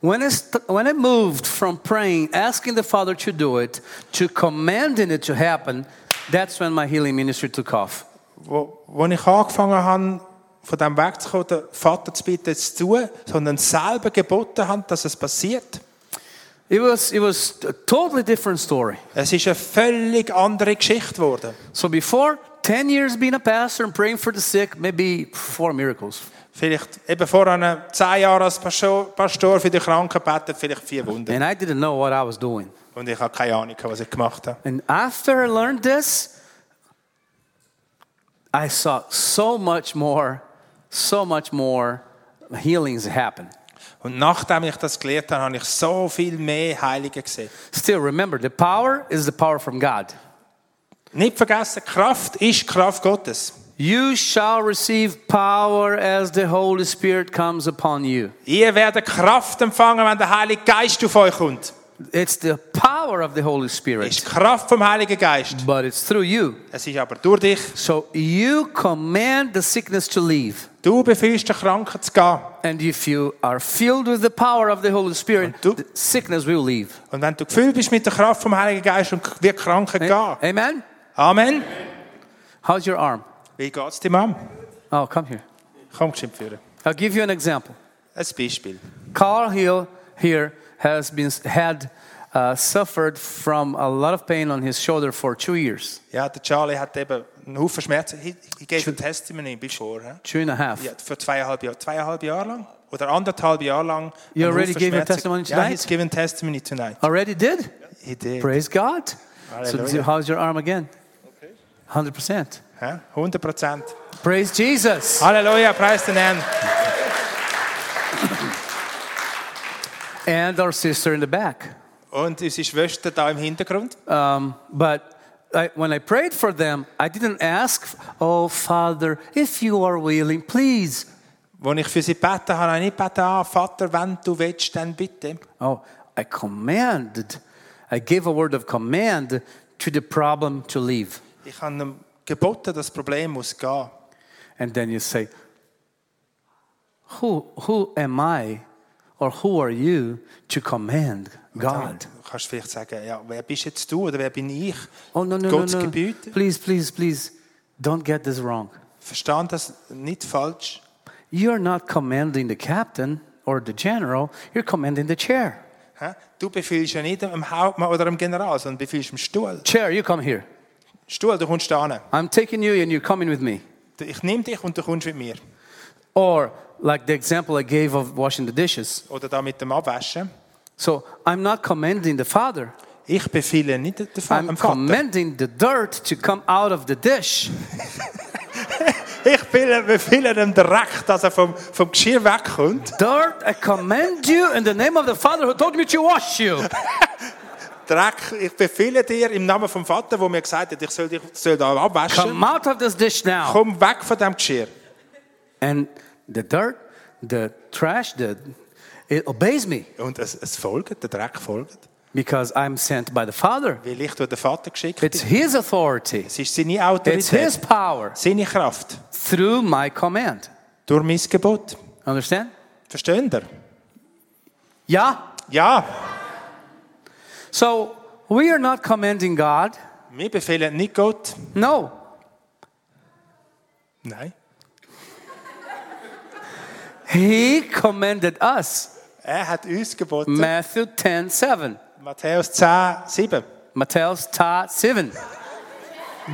Speaker 2: When I, st- when I moved from praying, asking the Father to do it, to commanding it to happen, that's when my healing ministry took off.
Speaker 3: wo, wo ich angefangen habe, von dem wegzukommen, den Vater zu bitten, es zu tun, sondern selber geboten habe, dass es passiert.
Speaker 2: It was, it was a totally different story.
Speaker 3: Es ist eine völlig andere Geschichte geworden.
Speaker 2: So, before 10 years being a pastor and praying for the sick, maybe four miracles,
Speaker 3: Vielleicht eben vor einem zehn Jahren als Pastor Pastor für die Kranken beten, vielleicht vier Wunder.
Speaker 2: And I didn't know what I was doing.
Speaker 3: Und ich habe keine Ahnung, gehabt, was ich gemacht habe.
Speaker 2: And after I learned this, I saw so much more, so much more healings happen.
Speaker 3: Und nachdem ich das gelernt habe, habe ich so viel mehr Heilige gesehen.
Speaker 2: Still, remember, the power is the power from God.
Speaker 3: Nicht vergessen, Kraft ist Kraft Gottes.
Speaker 2: You shall receive power as the Holy Spirit comes upon you.
Speaker 3: Ihr werdet Kraft empfangen, wenn der Heilige Geist auf euch kommt.
Speaker 2: It's the power of the Holy
Speaker 3: Es ist
Speaker 2: Spirit,
Speaker 3: Kraft vom Heiligen Geist.
Speaker 2: but it's through you.
Speaker 3: Es ist aber durch dich.
Speaker 2: So you command the sickness to leave.
Speaker 3: Du befiehlst den Kranken zu gehen.
Speaker 2: And if you are filled with the power of the Holy Spirit,
Speaker 3: Du-
Speaker 2: the sickness will leave.
Speaker 3: Und wenn du gefüllt bist mit der Kraft vom Heiligen Geist und wir Kranken gehen.
Speaker 2: Amen.
Speaker 3: Amen.
Speaker 2: How's your arm?
Speaker 3: Wie geht's dir, Mann?
Speaker 2: Oh, come here.
Speaker 3: Komm, geschwind führen.
Speaker 2: I'll give you an example.
Speaker 3: Ein Beispiel.
Speaker 2: Carl Hill here has been had uh, suffered from a lot of pain on his shoulder for two years,
Speaker 3: Ja, der Charlie hat eben einen Haufen Schmerzen. He, he gave a testimony before. hä?
Speaker 2: two and a half.
Speaker 3: Ja, für zweieinhalb Jahre. Zweieinhalb Jahre lang? Oder anderthalb Jahre lang.
Speaker 2: You
Speaker 3: einen
Speaker 2: already
Speaker 3: Haufen
Speaker 2: gave your
Speaker 3: Schmerzen.
Speaker 2: testimony
Speaker 3: Ja,
Speaker 2: tonight? Ah,
Speaker 3: he's given testimony tonight.
Speaker 2: Already did?
Speaker 3: He did.
Speaker 2: Praise God. So,
Speaker 3: Hallelujah.
Speaker 2: do- how's your arm again? 100%.
Speaker 3: hä? 100 Prozent.
Speaker 2: Praise Jesus.
Speaker 3: Halleluja, preis den Herrn.
Speaker 2: And our sister in the back.
Speaker 3: Und unsere Schwester da im Hintergrund.
Speaker 2: Um, but I, when I prayed for them, I didn't ask, Oh, Father, if you are willing, please.
Speaker 3: Als ich für sie bete, habe ich nicht gebeten, ah, Vater, wenn du willst, dann bitte.
Speaker 2: Oh, I commanded, I gave a word of command to the problem to leave.
Speaker 3: Ich habe ihm geboten, das Problem muss gehen.
Speaker 2: And then you say, Who, who am I or who are you to command God?
Speaker 3: Du kannst vielleicht sagen, ja, wer bist jetzt du oder wer bin ich?
Speaker 2: Oh, no, no, no,
Speaker 3: Gottes
Speaker 2: no.
Speaker 3: Gebiet.
Speaker 2: Please, please, please, don't get this wrong.
Speaker 3: Verstand das nicht falsch.
Speaker 2: You're not commanding the captain or the general, you're commanding the chair.
Speaker 3: hä? Du befiehlst ja nicht dem Hauptmann oder dem General, sondern befiehlst dem Stuhl.
Speaker 2: Chair, you come here.
Speaker 3: Stuhl, du kommst da hin.
Speaker 2: I'm taking you and you're coming with me.
Speaker 3: Ich nehme dich und du kommst mit mir.
Speaker 2: Or, like the example I gave of washing the dishes.
Speaker 3: Oder da mit dem Abwaschen.
Speaker 2: So, I'm not commanding the father,
Speaker 3: Ich befehle nicht den Fa-
Speaker 2: Ah, I'm
Speaker 3: dem Vater.
Speaker 2: commanding the dirt to come out of the dish.
Speaker 3: Ich befehle- befehle dem Dreck, dass er vom, vom Geschirr wegkommt.
Speaker 2: Dirt, I command you in the name of the father who told me to wash you.
Speaker 3: Dreck, ich befehle dir im Namen vom Vater, der mir gesagt hat, ich soll dich soll da abwaschen.
Speaker 2: Come out of this dish now.
Speaker 3: Komm weg von dem Geschirr.
Speaker 2: And the dirt, the trash, the, it obeys me
Speaker 3: Und es, es folgt, der Dreck folgt.
Speaker 2: because I'm sent by the Father.
Speaker 3: Weil ich durch den Vater geschickt
Speaker 2: It's
Speaker 3: bin.
Speaker 2: His authority,
Speaker 3: Es ist seine
Speaker 2: it's His
Speaker 3: Autorität,
Speaker 2: power
Speaker 3: seine Kraft,
Speaker 2: through my command.
Speaker 3: durch mein Gebot.
Speaker 2: Understand?
Speaker 3: Versteht ihr?
Speaker 2: Yeah?
Speaker 3: Ja,
Speaker 2: So we are not commanding God.
Speaker 3: wir befehlen nicht Gott.
Speaker 2: No.
Speaker 3: Nein.
Speaker 2: He commanded us.
Speaker 3: Er hat uns geboten.
Speaker 2: Matthew 10 7.
Speaker 3: Matthäus 10, 7.
Speaker 2: Matthäus 10 7.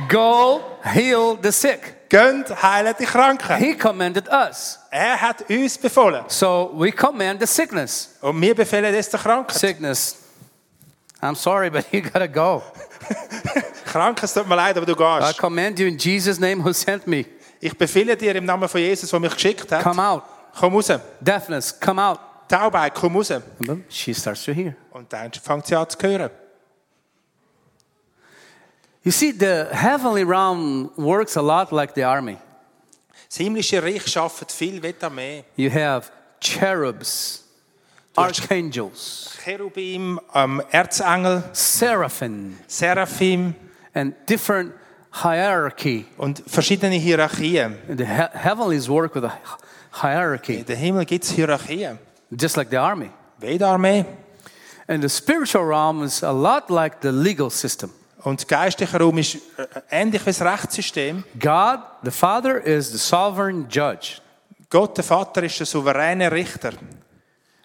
Speaker 2: Go heal the sick.
Speaker 3: Gönnt, heilen die Kranken.
Speaker 2: He commanded us.
Speaker 3: Er hat uns befohlen.
Speaker 2: So we command the sickness.
Speaker 3: Und wir befehlen es den Kranken.
Speaker 2: sickness. I'm sorry, but you gotta go.
Speaker 3: Kranken, es tut mir leid, aber du gehst.
Speaker 2: I command you in Jesus' name who sent me.
Speaker 3: Ich befehle dir im Namen von Jesus, der mich geschickt hat.
Speaker 2: Come out.
Speaker 3: Komm raus.
Speaker 2: Deafness, come out.
Speaker 3: Taubheit, komm raus.
Speaker 2: And boom, she starts to hear.
Speaker 3: Und dann fängt sie an zu hören.
Speaker 2: You see, the heavenly realm works a lot like the army.
Speaker 3: Das himmlische Reich arbeitet viel weiter mehr.
Speaker 2: You have cherubs, archangels,
Speaker 3: Cherubim, ähm, Erzengel,
Speaker 2: seraphim,
Speaker 3: Seraphim
Speaker 2: and different hierarchy.
Speaker 3: und verschiedene Hierarchien.
Speaker 2: The he- heavenlies work with a hi- hierarchy,
Speaker 3: In den Himmel gibt es Hierarchien.
Speaker 2: just like the army.
Speaker 3: Weltarmee.
Speaker 2: And the spiritual realm is a lot like the legal system.
Speaker 3: Und das geistliche Raum ist äh, ähnlich wie das Rechtssystem.
Speaker 2: God the Father is the sovereign judge.
Speaker 3: Gott, der Vater, ist der souveräne Richter.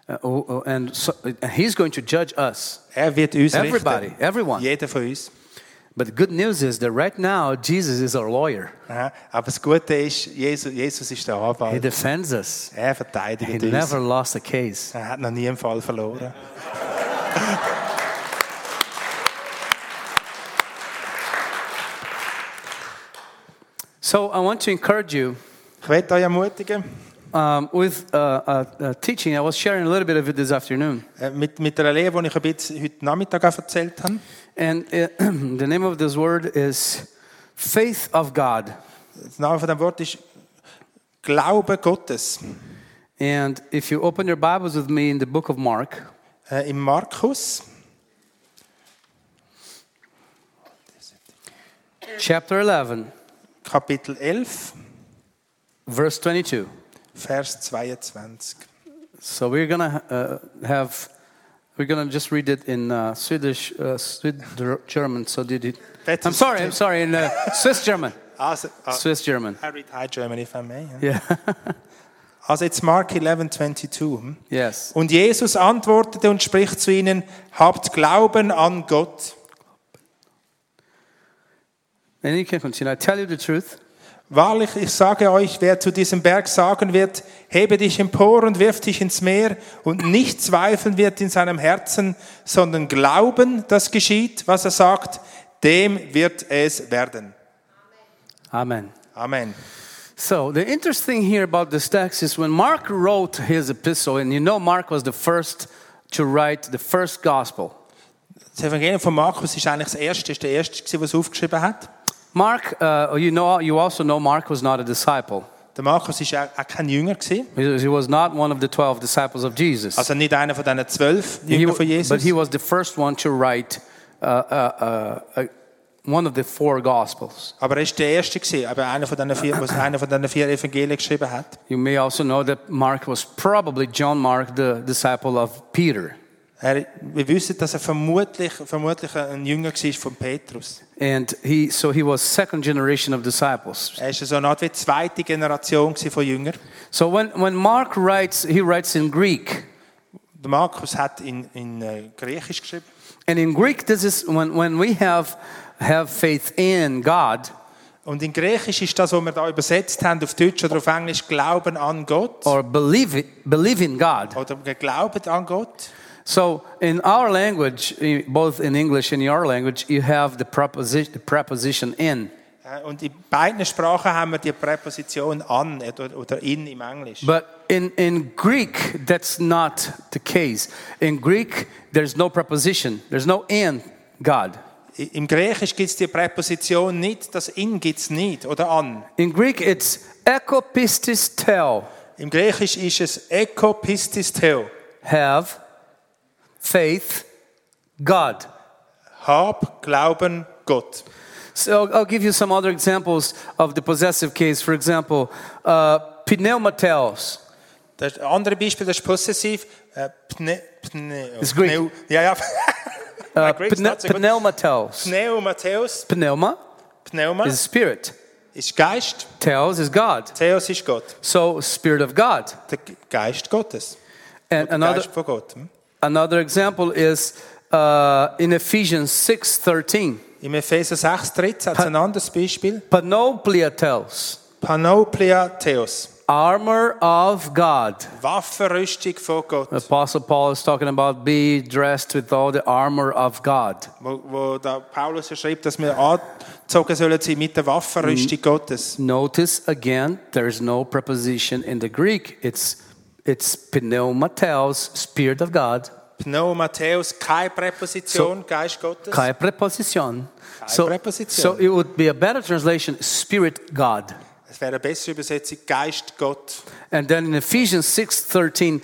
Speaker 2: Uh, oh, oh, and so, uh, he's going to judge us,
Speaker 3: Er wird uns
Speaker 2: everybody,
Speaker 3: richten.
Speaker 2: everyone.
Speaker 3: Jeder von uns.
Speaker 2: But the good news is that right now, Jesus is our lawyer.
Speaker 3: Ja, Aber das Gute ist, Jesus, Jesus ist der
Speaker 2: He
Speaker 3: Anwalt.
Speaker 2: defends us.
Speaker 3: Er
Speaker 2: He
Speaker 3: verteidigt uns.
Speaker 2: never lost a case.
Speaker 3: Er hat noch nie einen Fall verloren.
Speaker 2: So I want to encourage you
Speaker 3: Ich möchte euch ermutigen,
Speaker 2: um, with uh, uh, uh, teaching. I was sharing a little bit of it this afternoon.
Speaker 3: äh, mit, mit einer Lehre, die ich ein bisschen heute Nachmittag auch erzählt habe.
Speaker 2: And uh the name of this word is faith of God.
Speaker 3: Das Name von dem Wort ist Glaube Gottes.
Speaker 2: And if you open your Bibles with me in the book of Mark,
Speaker 3: Äh, Im Markus,
Speaker 2: chapter 11,
Speaker 3: Kapitel 11,
Speaker 2: verse 22.
Speaker 3: Vers 22.
Speaker 2: So we're gonna uh, have, we're gonna just read it in uh, Swedish, uh, Swed- German. So did it?
Speaker 3: That's-
Speaker 2: I'm sorry, I'm sorry, in uh, Swiss German,
Speaker 3: Also, ah,
Speaker 2: Swiss German.
Speaker 3: I read High German if I may. ja.
Speaker 2: Yeah.
Speaker 3: Also jetzt Mark 11, 22. hm?
Speaker 2: Yes.
Speaker 3: Und Jesus antwortete und spricht zu ihnen, habt Glauben an Gott.
Speaker 2: And you can continue. I tell you the truth.
Speaker 3: Wahrlich, ich sage euch, wer zu diesem Berg sagen wird, hebe dich empor und wirf dich ins Meer und nicht zweifeln wird in seinem Herzen, sondern glauben, dass geschieht, was er sagt, dem wird es werden.
Speaker 2: Amen.
Speaker 3: Amen.
Speaker 2: So, the interesting here about this text is when Mark wrote his epistle, and you know Mark was the first to write the first gospel.
Speaker 3: Das Evangelium von Markus ist eigentlich das erste, ist der erste, gewesen, was er aufgeschrieben hat.
Speaker 2: Mark, uh, you know, you also know Mark was not a disciple.
Speaker 3: Der Markus ist auch auch kein Jünger gewesen,
Speaker 2: He was- he was not one of the 12 disciples of Jesus.
Speaker 3: also nicht einer von diesen zwölf
Speaker 2: He
Speaker 3: Jüngern
Speaker 2: wa-
Speaker 3: von
Speaker 2: But he
Speaker 3: Jesus.
Speaker 2: was the first one to write uh, uh, uh, uh, one of the four gospels.
Speaker 3: Aber er ist der erste gewesen, aber einer von diesen vier, was einer von diesen vier Evangelien geschrieben hat.
Speaker 2: You may also know that Mark was probably John Mark, the disciple of Peter.
Speaker 3: Er, wir wissen, dass er vermutlich, vermutlich ein Jünger war von Petrus.
Speaker 2: And he, so he was second generation of disciples.
Speaker 3: Er war so eine Art wie zweite Generation gewesen von Jüngern.
Speaker 2: So when, when Mark writes, he writes in Greek.
Speaker 3: Der Markus hat in, in äh, Griechisch geschrieben.
Speaker 2: And in Greek, this is when, when we have, have faith in God,
Speaker 3: Und in Griechisch ist das, was wir da übersetzt haben, auf Deutsch oder auf Englisch, Glauben an Gott.
Speaker 2: or believe, it, believe in God.
Speaker 3: Oder wir glauben an Gott.
Speaker 2: So in our language, eh, both in English and your language, you have the preposition, the preposition in.
Speaker 3: Äh, Und in beiden Sprachen haben wir die Präposition an oder oder in im Englisch.
Speaker 2: But in, in Greek, that's not the case. In Greek, there's no preposition, there's no in God.
Speaker 3: I- Im Griechisch gibt es die Präposition nicht, das in gibt es nicht oder an.
Speaker 2: In Greek, it's ekopistis tel,
Speaker 3: Im Griechisch ist es eko pistis theo.
Speaker 2: have faith, God.
Speaker 3: Hab, Glauben, Gott.
Speaker 2: So I'll- I'll give you some other examples of the possessive case. For example, uh, pneumatels.
Speaker 3: Das andere Beispiel, das ist possessiv. Äh, pne, pne,
Speaker 2: It's Greek.
Speaker 3: Pneu, ja, ja.
Speaker 2: Uh,
Speaker 3: My Greek's
Speaker 2: pne-
Speaker 3: not so good.
Speaker 2: pneumatels.
Speaker 3: Pneu, Matthäus.
Speaker 2: Pneuma
Speaker 3: Pneuma
Speaker 2: is
Speaker 3: ist,
Speaker 2: spirit.
Speaker 3: Geist.
Speaker 2: Teos is God.
Speaker 3: Theos ist Gott.
Speaker 2: So spirit of God.
Speaker 3: Der Ge- Geist Gottes.
Speaker 2: And another
Speaker 3: Geist von Gott. hm?
Speaker 2: another example is uh, in Ephesians 6:13.
Speaker 3: Im Epheser 6, 13 hat es ein anderes Beispiel.
Speaker 2: Panoplia tells
Speaker 3: Panoplia Theos.
Speaker 2: armor of God.
Speaker 3: Waffenrüstung von Gott.
Speaker 2: Apostle Paul is talking about be dressed with all the armor of God.
Speaker 3: Wo, wo da Paulus ja schreibt, dass wir angezogen sollen sein mit der Waffenrüstung Gottes.
Speaker 2: Notice again, there's no preposition in the Greek. It's it's pneumateos, spirit of God,
Speaker 3: Pneuma Theos, keine Präposition, Geist Gottes.
Speaker 2: kai preposition.
Speaker 3: preposition.
Speaker 2: so it would be a better translation, spirit God.
Speaker 3: Es wäre eine bessere Übersetzung, Geist Gott.
Speaker 2: And then in Ephesians 6:13,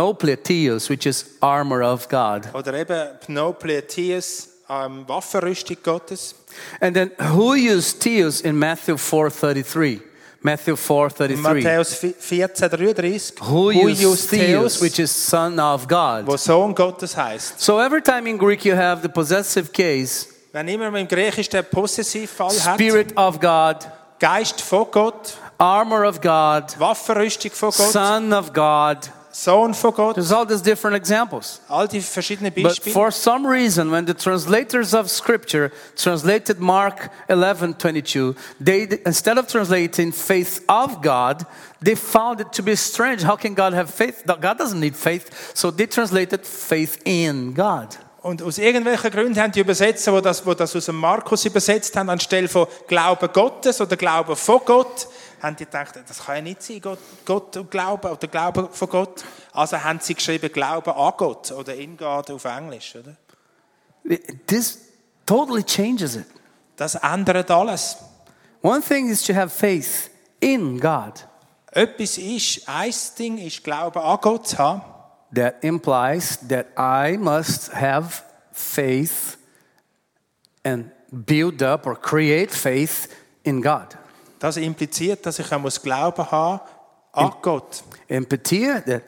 Speaker 2: panopletios, which is armor of God.
Speaker 3: Oder eben Pneuplia Theos, ähm, Waffenrüstung Gottes.
Speaker 2: And then huios teos in Matthew 4:33. Matthew 4:33.
Speaker 3: Matthäus 14, 33.
Speaker 2: Huios theos, which
Speaker 3: which
Speaker 2: is son of God.
Speaker 3: wo Sohn Gottes heißt.
Speaker 2: So every time in Greek you have the possessive case,
Speaker 3: Wenn immer man im Griechischen den Possessivfall hat,
Speaker 2: Spirit of God,
Speaker 3: Geist von Gott,
Speaker 2: armor of God,
Speaker 3: Waffenrüstung von Gott,
Speaker 2: Son of God.
Speaker 3: Sohn von Gott,
Speaker 2: There's all these different examples.
Speaker 3: all die verschiedenen
Speaker 2: But
Speaker 3: Beispiele.
Speaker 2: for some reason, when the translators of Scripture translated Mark 11 22, they, instead of translating faith of God, they found it to be strange. How can God have faith? God doesn't need faith. So they translated faith in God.
Speaker 3: Und aus irgendwelchen Gründen haben die Übersetzer, wo das, wo das aus dem Markus übersetzt haben, anstelle von Glauben Gottes oder Glauben von Gott, haben die gedacht, das kann ja nicht sein, Gott, Gott und Glauben oder Glauben von Gott. Also haben sie geschrieben Glauben an Gott oder in Gott auf Englisch. Oder?
Speaker 2: This totally changes it.
Speaker 3: Das ändert alles.
Speaker 2: One thing is to have faith in God.
Speaker 3: Etwas ist, ein Ding ist Glauben an Gott zu haben.
Speaker 2: that implies that I must have faith and build up or create faith in God.
Speaker 3: Das impliziert, dass ich auch muss Glauben haben an Gott.
Speaker 2: Empatia, that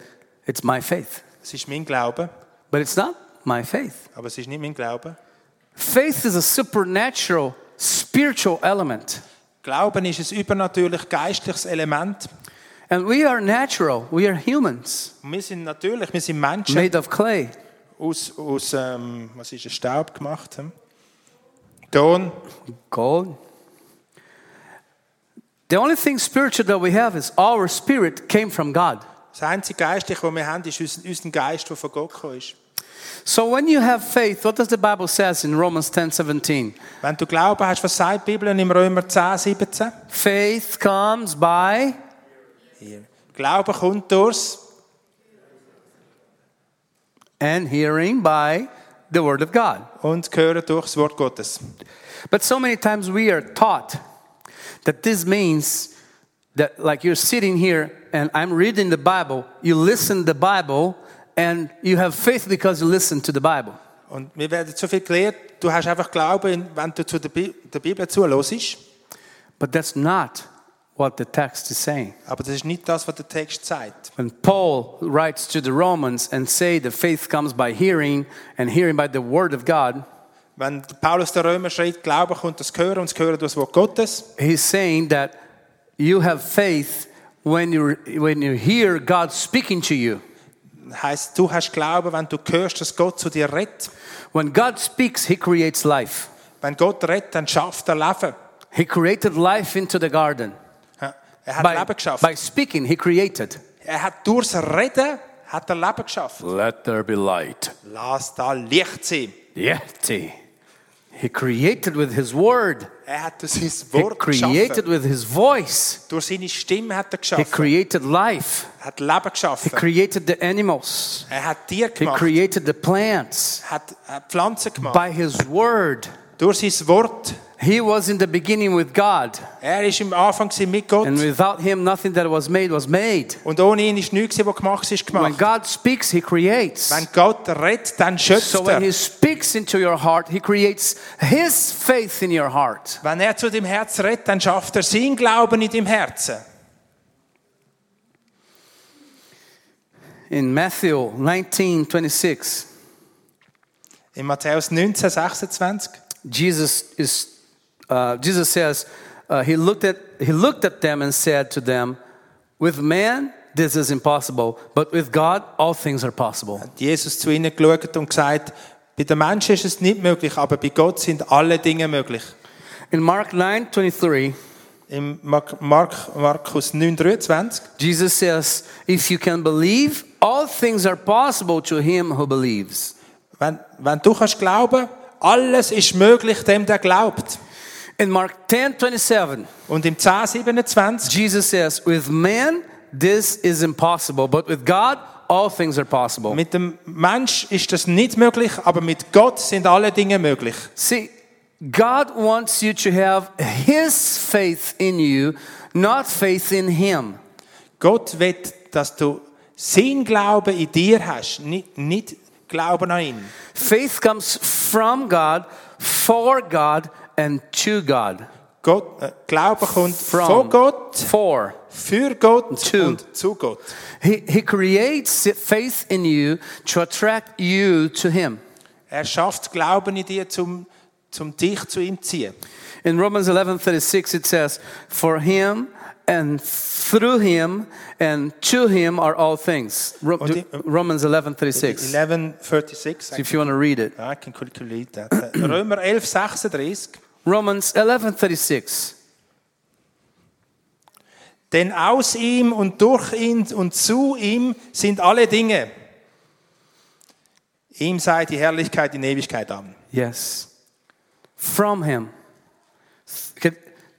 Speaker 2: it's my faith.
Speaker 3: Es ist mein Glaube,
Speaker 2: But it's not my faith.
Speaker 3: aber es ist nicht mein Glaube.
Speaker 2: Faith is a supernatural, spiritual element.
Speaker 3: Glauben ist ein übernatürlich geistliches Element.
Speaker 2: And we are natural, we are humans,
Speaker 3: Wir sind natürlich, wir sind Menschen
Speaker 2: made of clay.
Speaker 3: aus, aus ähm, was ist es, Staub gemacht. Hm? Ton.
Speaker 2: Gold. The only thing spiritual that we have is our spirit came from God.
Speaker 3: Das einzige Geistliche, was wir haben, ist unser, unser Geist, der von Gott gekommen ist.
Speaker 2: So when you have faith, what does the Bible says in Romans 10:17?
Speaker 3: Wenn du Glauben hast, was sagt die Bibel im Römer 10, 17?
Speaker 2: Faith comes by
Speaker 3: Hier. Glauben kommt durchs
Speaker 2: and hearing by the word of God.
Speaker 3: und hören durchs Wort Gottes.
Speaker 2: But so many times we are taught that this means that like you're sitting here and I'm reading the Bible, you listen the Bible and you have faith because you listen to the Bible.
Speaker 3: Und wir werden so viel gelehrt, du hast einfach Glauben, wenn du zu der, Bi der Bibel zuhörst.
Speaker 2: But that's not what the text is saying.
Speaker 3: Aber das ist nicht das, was der Text sagt.
Speaker 2: When Paul writes to the Romans and say the faith comes by hearing and hearing by the word of God,
Speaker 3: Wenn Paulus der Römer schreibt, Glauben kommt durchs Hören und das Hören durchs Wort Gottes,
Speaker 2: he's saying that you have faith when you when you hear God speaking to you.
Speaker 3: heißt, du hast Glauben, wenn du hörst, dass Gott zu dir redet.
Speaker 2: When God speaks, he creates life.
Speaker 3: Wenn Gott redet, dann schafft er Leben.
Speaker 2: He created life into the garden.
Speaker 3: Ja, Er hat
Speaker 2: by,
Speaker 3: Leben geschafft.
Speaker 2: by speaking, he created.
Speaker 3: Er hat durchs Reden hat er Leben geschafft.
Speaker 2: Let there be light.
Speaker 3: Lass da Licht sein.
Speaker 2: Yeti. He created with his word.
Speaker 3: Er hat durch sein
Speaker 2: He
Speaker 3: Wort
Speaker 2: created
Speaker 3: geschaffen.
Speaker 2: with his voice.
Speaker 3: Durch seine Stimme hat er
Speaker 2: He
Speaker 3: geschaffen.
Speaker 2: created life.
Speaker 3: Er hat Leben
Speaker 2: He
Speaker 3: geschaffen.
Speaker 2: created the animals.
Speaker 3: Er hat Tier
Speaker 2: He
Speaker 3: gemacht.
Speaker 2: created the plants
Speaker 3: hat äh, Pflanzen gemacht.
Speaker 2: by His word.
Speaker 3: durch sein Wort.
Speaker 2: He was in the beginning with God,
Speaker 3: Er ist im Anfang gewesen mit Gott.
Speaker 2: and without Him, nothing that was made was made.
Speaker 3: und ohne ihn ist nichts, gewesen, was gemacht ist,
Speaker 2: When
Speaker 3: gemacht.
Speaker 2: God speaks, He creates.
Speaker 3: Wenn Gott redet, dann schützt
Speaker 2: So when
Speaker 3: er.
Speaker 2: He speaks into your heart, He creates His faith in your heart.
Speaker 3: Wenn er zu dem Herz redet, dann schafft er sein Glauben in dem Herzen.
Speaker 2: In Matthew 19 26,
Speaker 3: In Matthäus 19, 26.
Speaker 2: Jesus is uh, Jesus says uh, he looked at he looked at them and said to them, "With man this is impossible, but with God all things are possible."
Speaker 3: hat Jesus zu ihnen geschaut und gesagt, bei den Menschen ist es nicht möglich, aber bei Gott sind alle Dinge möglich.
Speaker 2: In Mark 9:23,
Speaker 3: Im Mark, Mark, Markus 9, 23.
Speaker 2: Jesus says, "If you can believe, all things are possible to him who believes."
Speaker 3: Wenn, wenn du kannst glauben, alles ist möglich dem, der glaubt.
Speaker 2: In Mark 10:27,
Speaker 3: Und im 10, 27
Speaker 2: Jesus says, "With man this is impossible, but with God all things are possible."
Speaker 3: Mit dem Mensch ist das nicht möglich, aber mit Gott sind alle Dinge möglich.
Speaker 2: See, God wants you to have his faith in you, not faith in him.
Speaker 3: Gott will, dass du sein Glauben in dir hast, nicht, nicht Glauben an ihn.
Speaker 2: Faith comes from God, for God, and to God.
Speaker 3: Gott, äh, Glauben kommt
Speaker 2: From.
Speaker 3: von Gott,
Speaker 2: For.
Speaker 3: für Gott
Speaker 2: To.
Speaker 3: und zu Gott.
Speaker 2: He, he creates faith in you to attract you to Him.
Speaker 3: Er schafft Glauben in dir, zum, zum dich zu ihm zu ziehen.
Speaker 2: In Romans 11:36 it says, "For Him and through Him and to Him are all things." Ro-
Speaker 3: Und die-
Speaker 2: Romans 11:36.
Speaker 3: 11,46.
Speaker 2: If you want to read it,
Speaker 3: I can calculate that. Äh, Römer 11, 36.
Speaker 2: Romans 11:36.
Speaker 3: Denn aus ihm und durch ihn und zu ihm sind alle Dinge. Ihm sei die Herrlichkeit in Ewigkeit an.
Speaker 2: Yes. From him.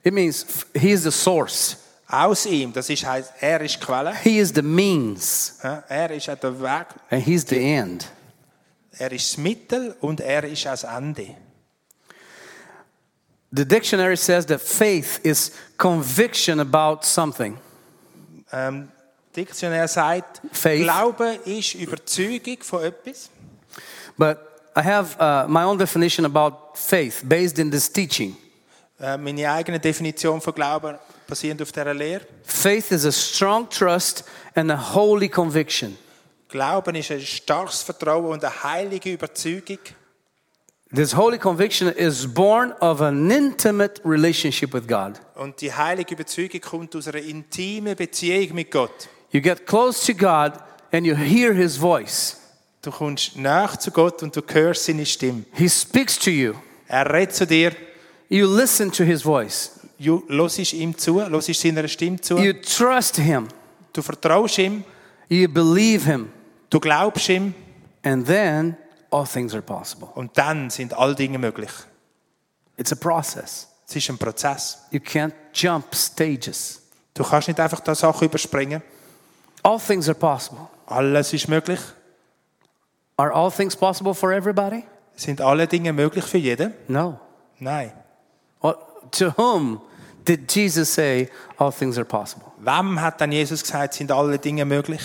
Speaker 2: It means he is the source.
Speaker 3: Aus ihm, das ist, heißt, er ist die Quelle,
Speaker 2: He is the means.
Speaker 3: ja, er ist auch der Weg,
Speaker 2: And he's the end.
Speaker 3: er ist das Mittel und er ist auch das Ende.
Speaker 2: The dictionary says that faith is conviction about something.
Speaker 3: Ähm, Diktionär sagt,
Speaker 2: Faith.
Speaker 3: Glaube ist Überzeugung von etwas.
Speaker 2: But I have uh, my own definition about faith based in this teaching.
Speaker 3: Äh, meine eigene Definition von Glauben basierend auf dieser Lehre.
Speaker 2: Faith is a strong trust and a holy conviction.
Speaker 3: Glauben ist ein starkes Vertrauen und eine heilige Überzeugung.
Speaker 2: This holy conviction is born of an intimate relationship with God.
Speaker 3: Und die heilige Überzeugung kommt aus einer intimen Beziehung mit Gott.
Speaker 2: You get close to God and you hear His voice.
Speaker 3: Du kommst nach zu Gott und du hörst seine Stimme.
Speaker 2: He speaks to you.
Speaker 3: Er redet zu dir,
Speaker 2: You listen to His voice.
Speaker 3: du hörst ihm zu, hörst seiner Stimme zu.
Speaker 2: You trust Him.
Speaker 3: Du vertraust ihm,
Speaker 2: You believe Him.
Speaker 3: du glaubst ihm
Speaker 2: And then all things are possible.
Speaker 3: und dann sind all Dinge möglich.
Speaker 2: It's a process.
Speaker 3: Es ist ein Prozess.
Speaker 2: You can't jump stages.
Speaker 3: Du kannst nicht einfach da Sachen überspringen.
Speaker 2: All things are possible.
Speaker 3: Alles ist möglich.
Speaker 2: Are all things possible for everybody?
Speaker 3: Sind alle Dinge möglich für jeden?
Speaker 2: No.
Speaker 3: Nein.
Speaker 2: What, to whom did Jesus say all things are possible?
Speaker 3: Wem hat dann Jesus gesagt, sind alle Dinge möglich?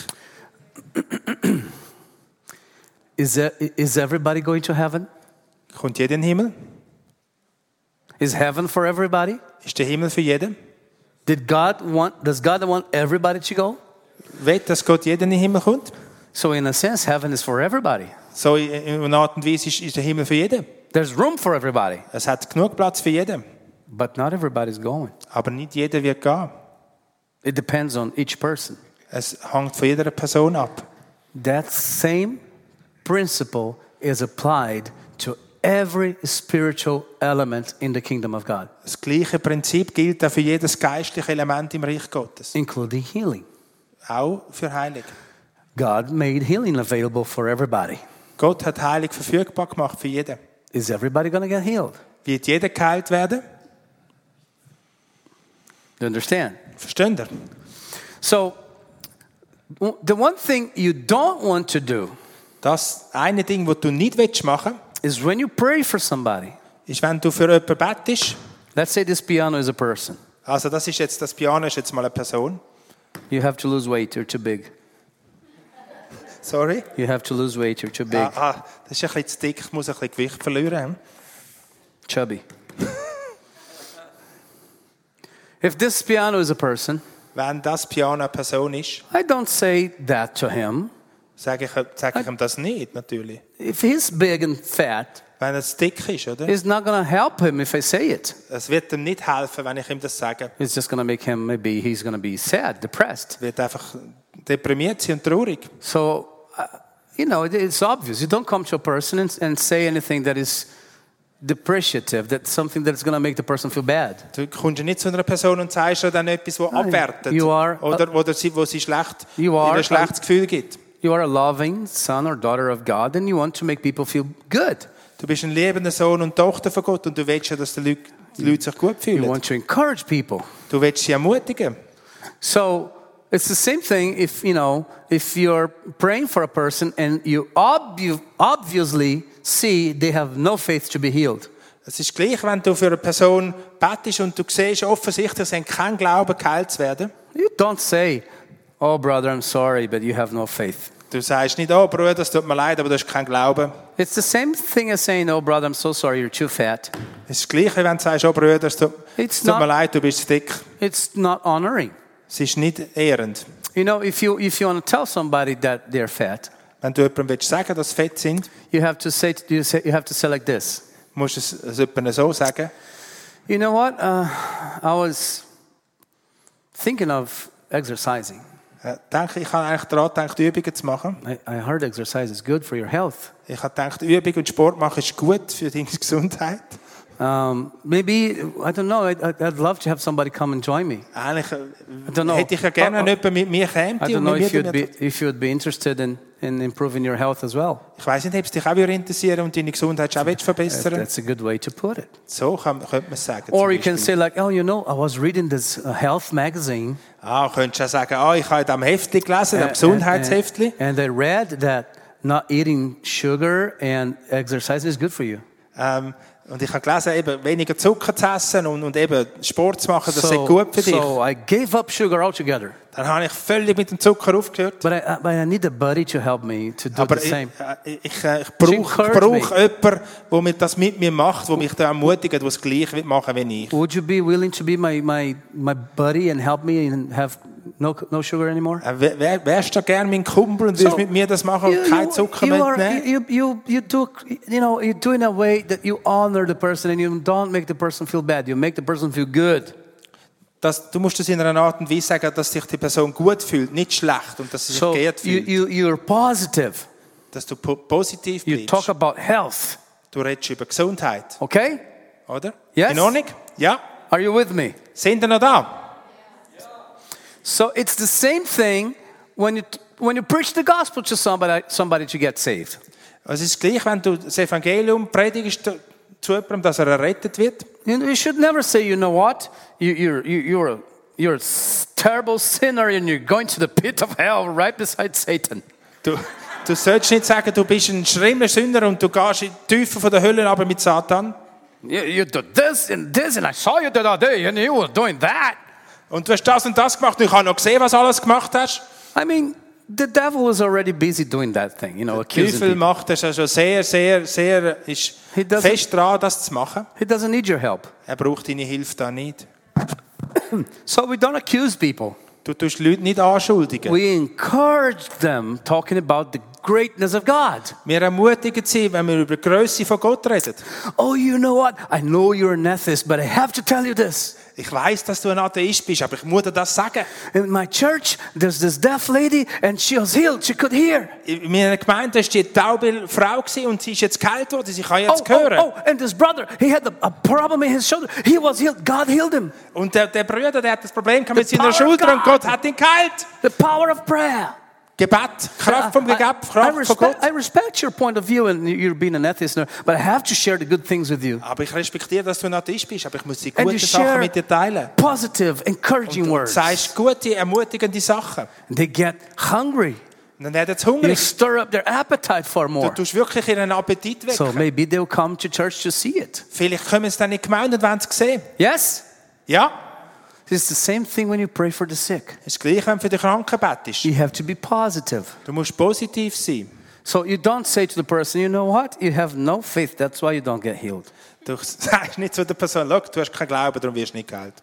Speaker 2: Is, there, is everybody going to heaven?
Speaker 3: Kommt jeder in den Himmel?
Speaker 2: Is heaven for everybody?
Speaker 3: Ist der Himmel für jeden?
Speaker 2: Did God want, does God want everybody to go?
Speaker 3: Wett, dass Gott jeden in den Himmel kommt?
Speaker 2: So, in a sense, heaven is for everybody.
Speaker 3: So in einer Art und Weise ist, ist der Himmel für jeden.
Speaker 2: There's room for everybody,
Speaker 3: Es hat genug Platz für jeden.
Speaker 2: but not everybody's going.
Speaker 3: Aber nicht jeder wird gehen.
Speaker 2: It depends on each person.
Speaker 3: Es hängt von jeder Person ab.
Speaker 2: That same principle is applied to every spiritual element in the kingdom of God,
Speaker 3: Das gleiche Prinzip gilt auch für jedes geistliche Element im Reich Gottes.
Speaker 2: including healing.
Speaker 3: Auch für Heilig.
Speaker 2: God made healing available for everybody.
Speaker 3: Gott hat Heilig verfügbar gemacht für jeden.
Speaker 2: Is everybody going to get healed?
Speaker 3: Wird jeder geheilt werden?
Speaker 2: Do you understand?
Speaker 3: Versteht ihr?
Speaker 2: So, w- the one thing you don't want to do
Speaker 3: Das eine Ding, was du nicht willst machen
Speaker 2: is when you pray for somebody.
Speaker 3: ist, wenn du für jemanden bettest.
Speaker 2: Let's say this piano is a person.
Speaker 3: Also das ist jetzt, das Piano ist jetzt mal eine Person.
Speaker 2: You have to lose weight, you're too big.
Speaker 3: Sorry.
Speaker 2: You have to lose weight, you're too big.
Speaker 3: Ah, ah, das ist ein bisschen zu dick, ich muss ein bisschen Gewicht verlieren.
Speaker 2: Chubby. if this piano is a person,
Speaker 3: Wenn das Piano eine Person ist,
Speaker 2: I don't say that to him.
Speaker 3: sage ich, sage ich ihm das nicht, natürlich.
Speaker 2: If he's big and fat,
Speaker 3: Wenn es dick ist, oder?
Speaker 2: it's not going to help him if I say it.
Speaker 3: Es wird ihm nicht helfen, wenn ich ihm das sage.
Speaker 2: It's just going to make him maybe he's going to be sad, depressed.
Speaker 3: Er wird einfach deprimiert sein und traurig.
Speaker 2: So, uh, you know, it- it's obvious. You don't come to a person and, and say anything that is depreciative, that's something that's going to make the person feel bad.
Speaker 3: Du kommst ja nicht zu einer Person und sagst ihr dann etwas, das
Speaker 2: Nein.
Speaker 3: abwertet.
Speaker 2: You are-
Speaker 3: oder oder sie, wo sie schlecht,
Speaker 2: You
Speaker 3: ihr
Speaker 2: are-
Speaker 3: ein schlechtes Gefühl gibt.
Speaker 2: You are a loving son or daughter of God, and you want to make people feel good.
Speaker 3: Du bist ein liebender Sohn und Tochter von Gott und du willst ja, dass die Leute, die Leute sich gut
Speaker 2: You
Speaker 3: fühlen.
Speaker 2: want to encourage people.
Speaker 3: Du willst sie ermutigen.
Speaker 2: So it's the same thing if you know if you're praying for a person and you obvi- obviously see they have no faith to be healed.
Speaker 3: Es ist gleich, wenn du für eine Person bettest und du siehst offensichtlich, sie haben keinen Glauben, geheilt zu werden.
Speaker 2: You don't say, "Oh brother, I'm sorry, but you have no faith."
Speaker 3: Du sagst nicht, oh Bruder, es tut mir leid, aber du hast keinen Glauben.
Speaker 2: It's the same thing as saying, "Oh brother, I'm so sorry, you're too fat."
Speaker 3: Es ist das Gleiche, wenn du sagst, oh Bruder, es tut,
Speaker 2: It's
Speaker 3: es tut mir
Speaker 2: not-
Speaker 3: leid, du bist zu dick.
Speaker 2: It's not honoring.
Speaker 3: Es ist nicht ehrend.
Speaker 2: You know, if you if you want to tell somebody that they're fat,
Speaker 3: Wenn du jemandem willst sagen willst, dass sie fett sind,
Speaker 2: you have to say you, say, you have to say like this.
Speaker 3: musst du es es jemandem so sagen.
Speaker 2: You know what? Uh, I was thinking of exercising.
Speaker 3: Äh, denke, ich habe eigentlich daran gedacht, Übungen zu machen.
Speaker 2: I, I heard exercise is good for your health.
Speaker 3: Ich habe gedacht, Übung und Sport machen ist gut für deine Gesundheit.
Speaker 2: Um, maybe, I don't know, I'd, I'd I'd love to have somebody come and join me.
Speaker 3: Eigentlich äh,
Speaker 2: don't know.
Speaker 3: hätte ich ja gerne,
Speaker 2: Oh,
Speaker 3: wenn
Speaker 2: oh.
Speaker 3: jemand mit mir käme.
Speaker 2: I
Speaker 3: und
Speaker 2: don't know
Speaker 3: mit mir
Speaker 2: if you'd
Speaker 3: damit-
Speaker 2: be, if you'd be interested in, in improving your health as well.
Speaker 3: Ich weiß nicht, ob es dich auch wieder interessieren und deine Gesundheit auch willst verbessern
Speaker 2: That's a good way to put it.
Speaker 3: So kann, könnte man es sagen. zum
Speaker 2: Äh, Or you can
Speaker 3: Beispiel.
Speaker 2: say, like, oh, you know, I was reading this uh, health magazine.
Speaker 3: ah, könntest du auch sagen, ah, ich habe in diesem Heftli gelesen,
Speaker 2: uh,
Speaker 3: dem Gesundheitsheftli.
Speaker 2: and I read that not eating sugar and exercising is good for you.
Speaker 3: Ähm, und ich habe gelesen, eben weniger Zucker zu essen und, und eben Sport zu machen, das ist
Speaker 2: so,
Speaker 3: gut für dich.
Speaker 2: so I gave up sugar altogether.
Speaker 3: Dann habe ich völlig mit dem Zucker aufgehört.
Speaker 2: But I, I- but I need a buddy to help me to do
Speaker 3: Aber
Speaker 2: the
Speaker 3: ich,
Speaker 2: same.
Speaker 3: äh, ich, äh, ich
Speaker 2: She
Speaker 3: brauche ich
Speaker 2: encouraged
Speaker 3: brauche jemanden, der mir das mit mir macht, der mich da ermutigt, der es gleich will machen wie ich.
Speaker 2: Would you be willing to be my, my, my buddy and help me and have no, no sugar anymore?
Speaker 3: Äh, wer- wer- Wärst du gern mein Kumpel und würdest
Speaker 2: So,
Speaker 3: mit mir das machen und keinen Zucker
Speaker 2: you, are,
Speaker 3: mitnehmen?
Speaker 2: you, you, you, took, you know, you do in a way that you honor the person and you don't make the person feel bad. You make the person feel good.
Speaker 3: Das, du musst es in einer Art und Weise sagen, dass sich die Person gut fühlt, nicht schlecht und dass sie sich
Speaker 2: So you,
Speaker 3: geehrt fühlt.
Speaker 2: you, you're positive.
Speaker 3: dass du po positiv
Speaker 2: You
Speaker 3: bleibst.
Speaker 2: talk about health.
Speaker 3: Du redest über Gesundheit,
Speaker 2: Okay?
Speaker 3: oder?
Speaker 2: Yes.
Speaker 3: In Ordnung? Ja.
Speaker 2: Are you with me?
Speaker 3: Sind ihr noch da?
Speaker 2: So it's the same thing when you, when you preach the gospel to somebody, somebody to get saved.
Speaker 3: Es ist gleich, wenn du das Evangelium predigst zu jemandem, dass er errettet wird.
Speaker 2: You, know, you should never say, you know what, you, you're, you, you're, a, you're a s- terrible sinner and you're going to the pit of hell right beside Satan.
Speaker 3: Du, du sollst nicht sagen, du bist ein schlimmer Sünder und du gehst in die Tiefe von der Hölle aber mit Satan.
Speaker 2: You, you did this and this, and I saw you the other day and you were doing that.
Speaker 3: Und du hast das und das gemacht und ich habe noch gesehen, was du alles gemacht hast.
Speaker 2: I mean, the devil was already busy doing that thing, you know,
Speaker 3: Der
Speaker 2: accusing
Speaker 3: Teufel
Speaker 2: people.
Speaker 3: macht das ja schon sehr, sehr, sehr, ist
Speaker 2: He doesn't-
Speaker 3: fest dran, das zu machen.
Speaker 2: He doesn't need your help.
Speaker 3: Er braucht deine Hilfe da nicht.
Speaker 2: So we don't accuse people.
Speaker 3: Du tust Leute nicht anschuldigen.
Speaker 2: We encourage them talking about the greatness of God.
Speaker 3: Wir ermutigen sie, wenn wir über die Größe von Gott reden.
Speaker 2: Oh, you know what? I know you're an atheist, but I have to tell you this.
Speaker 3: Ich weiß, dass du ein Atheist bist, aber ich muss dir das sagen.
Speaker 2: In my church, there's this deaf lady, and she was healed. She could hear.
Speaker 3: In meiner Gemeinde war die taube Frau gewesen und sie ist jetzt geheilt worden, sie kann
Speaker 2: Oh, oh,
Speaker 3: jetzt hören.
Speaker 2: oh, and this brother, he had a, a problem in his shoulder. He was healed. God healed him.
Speaker 3: Und der, der Bruder, der hat das Problem gehabt mit
Speaker 2: The
Speaker 3: seiner
Speaker 2: power of
Speaker 3: Schulter und
Speaker 2: God.
Speaker 3: Gott hat ihn geheilt.
Speaker 2: The power of prayer.
Speaker 3: Gebet, Kraft vom
Speaker 2: I,
Speaker 3: Gebet,
Speaker 2: I
Speaker 3: Kraft von
Speaker 2: respect, I
Speaker 3: Gott.
Speaker 2: respect your point of view, and you're being an atheist, now, but I have to share the good things with you.
Speaker 3: Aber ich respektiere, dass du ein Atheist bist, aber ich muss die
Speaker 2: And you
Speaker 3: guten Sachen
Speaker 2: share
Speaker 3: mit dir teilen.
Speaker 2: positive, encouraging
Speaker 3: Du
Speaker 2: words.
Speaker 3: sagst gute, ermutigende Sachen.
Speaker 2: They get hungry.
Speaker 3: Und dann werden sie
Speaker 2: You
Speaker 3: hungrig.
Speaker 2: stir up their appetite for
Speaker 3: Du
Speaker 2: more.
Speaker 3: tust wirklich ihren Appetit
Speaker 2: So
Speaker 3: wecken.
Speaker 2: maybe they'll come to church to see it.
Speaker 3: Vielleicht kommen sie dann in die Gemeinde und wollen es sehen.
Speaker 2: Yes?
Speaker 3: Ja,
Speaker 2: It's the same thing when you pray for the sick.
Speaker 3: ist gleich, wenn du für die Kranken betest.
Speaker 2: You have to be positive.
Speaker 3: Du musst positiv sein.
Speaker 2: So you don't say to the person, you know what? You have no faith. That's why you don't get healed.
Speaker 3: Du sagst nicht zu der Person, «Schau, du hast keinen Glauben, darum wirst du nicht geheilt.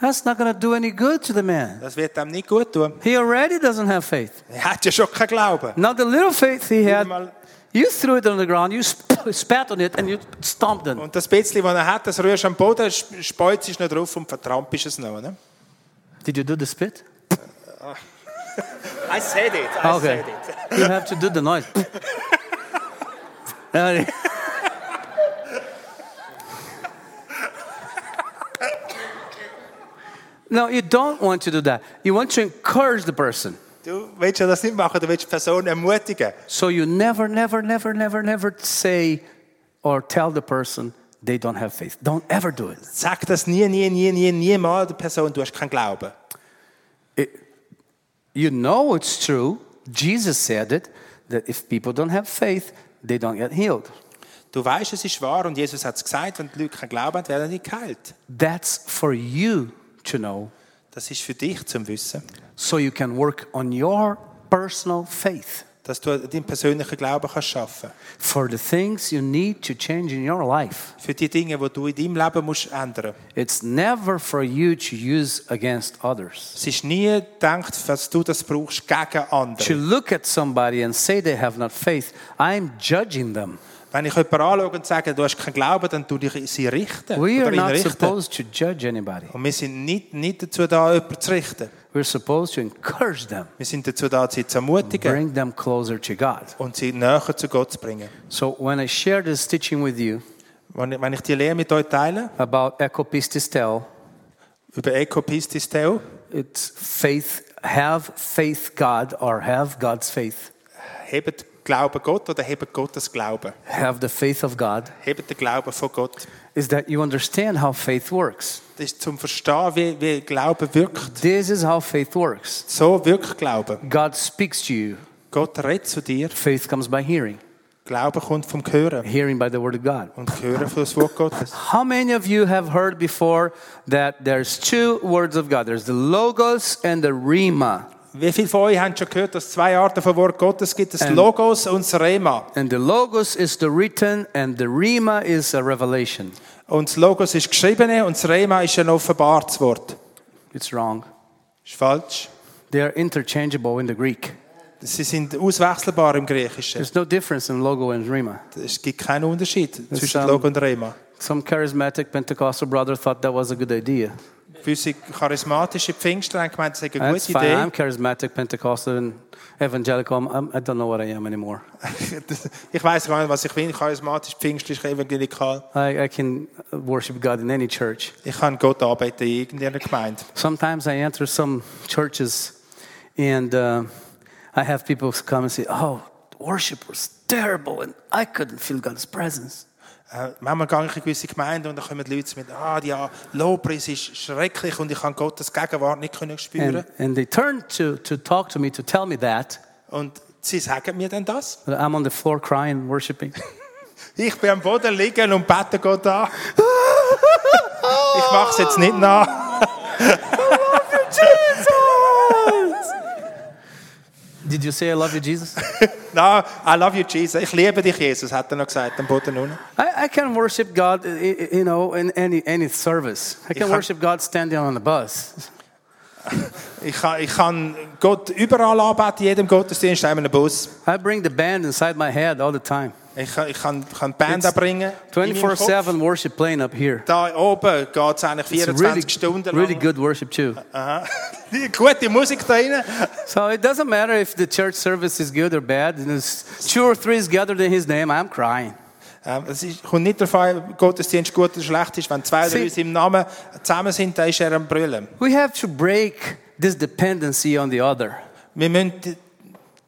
Speaker 2: That's not going to do any good to the man.
Speaker 3: Das wird dem nicht gut tun.
Speaker 2: He already doesn't have faith.
Speaker 3: Er hat ja schon keinen Glauben.
Speaker 2: Now the little faith he had,
Speaker 3: Mal-
Speaker 2: you threw it on the ground, you sp- spat on it, and you stomped it.
Speaker 3: Und das bisschen, das er hat, das rührst du am Boden, sp- speust es noch drauf und vertrampelst es noch. Ne?
Speaker 2: Did you do the spit?
Speaker 3: I said it, I
Speaker 2: Okay. You have to do the noise. Uh, no, you don't want to do that. You want to encourage the person.
Speaker 3: Du willst ja das nicht machen, du willst die Person ermutigen.
Speaker 2: So you never, never, never, never, never say or tell the person they don't have faith. Don't ever do it.
Speaker 3: Sag das nie, nie, nie, nie, niemals der Person, du hast keinen Glauben.
Speaker 2: You know it's true. Jesus said it that if people don't have faith, they don't get healed.
Speaker 3: Du weißt, es ist wahr und Jesus hat es gesagt, wenn die Leute keinen Glauben haben, werden sie nicht geheilt.
Speaker 2: That's for you to know
Speaker 3: Das ist für dich zum Wissen.
Speaker 2: so you can work on your personal faith
Speaker 3: Dass du deinen persönlichen Glauben kannst schaffen kannst.
Speaker 2: for the things you need to change in your life.
Speaker 3: Für die Dinge, die du in deinem Leben musst ändern musst.
Speaker 2: It's never for you to use against others.
Speaker 3: Es ist nie gedacht, dass du das brauchst gegen andere.
Speaker 2: To look at somebody and say they have not faith, I'm judging them.
Speaker 3: Wenn ich jemanden anschaue und sage, du hast keinen Glauben, dann tue ich sie richten.
Speaker 2: We are
Speaker 3: oder ihn
Speaker 2: not
Speaker 3: richten.
Speaker 2: supposed to judge anybody.
Speaker 3: Und wir sind nicht, nicht dazu da, jemanden zu richten.
Speaker 2: We're supposed to encourage them,
Speaker 3: Wir sind dazu da, sie zu ermutigen
Speaker 2: bring them closer to God.
Speaker 3: und sie näher zu Gott zu bringen.
Speaker 2: So when I share this teaching with you
Speaker 3: Wenn ich, wenn ich die Lehre mit euch teile,
Speaker 2: about ecopististel,
Speaker 3: über Ecopistis Theo,
Speaker 2: it's faith, have faith God or have God's faith.
Speaker 3: hebt Glauben Gott oder hebt Gottes Glauben?
Speaker 2: have the faith of God
Speaker 3: Hebt den Glauben von Gott.
Speaker 2: is that you understand how faith works.
Speaker 3: Das ist zum Verstehen, wie, wie Glauben wirkt.
Speaker 2: This is how faith works.
Speaker 3: So wirkt Glauben.
Speaker 2: God speaks to you.
Speaker 3: Gott redet zu dir.
Speaker 2: Faith comes by hearing.
Speaker 3: Glauben kommt vom Hören.
Speaker 2: hearing by the word of God.
Speaker 3: Und Hören für das Wort Gottes.
Speaker 2: How many of you have heard before that there's two words of God? There's the logos and the rima.
Speaker 3: Wie viele von euch haben schon gehört, dass es zwei Arten von Wort Gottes gibt? Das Logos und das Rema.
Speaker 2: And the logos is the written and the rima is a revelation.
Speaker 3: Und das Logos ist geschriebene und das Rema ist ein offenbartes Wort.
Speaker 2: It's wrong.
Speaker 3: Ist falsch.
Speaker 2: They are interchangeable in the Greek.
Speaker 3: Sie sind auswechselbar im Griechischen.
Speaker 2: There's no difference in logo and rima.
Speaker 3: Es gibt keinen Unterschied
Speaker 2: Das,
Speaker 3: zwischen
Speaker 2: ähm,
Speaker 3: Logo und Rema.
Speaker 2: Some charismatic Pentecostal brother thought that was a good idea.
Speaker 3: Gewisse charismatische Pfingster haben gemeint, das sei eine
Speaker 2: That's
Speaker 3: gute
Speaker 2: fine. I'm
Speaker 3: Idee.
Speaker 2: charismatic, Pentecostal, and evangelical. I'm, I'm, I don't know what I am anymore.
Speaker 3: Das- Ich weiß gar nicht, was ich bin. Charismatisch, pfingstlich, evangelikal.
Speaker 2: I, I can worship God in any church.
Speaker 3: Ich kann Gott arbeiten in irgendeiner Gemeinde.
Speaker 2: Sometimes I enter some churches and uh, I have people come and say, Oh, worship was terrible and I couldn't feel God's presence.
Speaker 3: Äh, manchmal gehe ich in gewisse Gemeinden und dann kommen die Leute mit, ah, ja, Lobpreis ist schrecklich und ich kann Gottes Gegenwart nicht können spüren.
Speaker 2: And, and they turn to, to talk to me, to tell me that.
Speaker 3: Und sie sagen mir dann das.
Speaker 2: But I'm on the floor crying, worshiping.
Speaker 3: Ich bin am Boden liegen und bete Gott an. Ich mache es jetzt nicht nach.
Speaker 2: Did you say I love you, Jesus?
Speaker 3: No, I love you, Jesus. Ich liebe dich, Jesus, hat er noch gesagt, am Boden unten.
Speaker 2: I, I can worship God, i- i- you know, in any, any service. I can
Speaker 3: can't-
Speaker 2: worship God standing on the bus.
Speaker 3: Ich kann, ich kann Gott überall anbeten, in jedem Gottesdienst, in einem Bus.
Speaker 2: I bring the band inside my head all the time.
Speaker 3: Ich kann, ich kann, kann die Band
Speaker 2: It's
Speaker 3: anbringen. in meinem Kopf.
Speaker 2: 24-7 worship playing up here.
Speaker 3: Da oben geht es eigentlich
Speaker 2: It's
Speaker 3: 24
Speaker 2: really,
Speaker 3: Stunden lang.
Speaker 2: really good worship too.
Speaker 3: Aha. Die Gute Musik da rein.
Speaker 2: So it doesn't matter if the church service is good or bad. And there's two or three is gathered in his name. I'm crying.
Speaker 3: Ähm, Es ist, kommt nicht darauf an, ob Gottesdienst gut oder schlecht ist. Wenn zwei oder
Speaker 2: Sie-
Speaker 3: drei im Namen zusammen sind, dann ist er am Brüllen.
Speaker 2: We have to break this dependency on the other.
Speaker 3: Wir müssen die-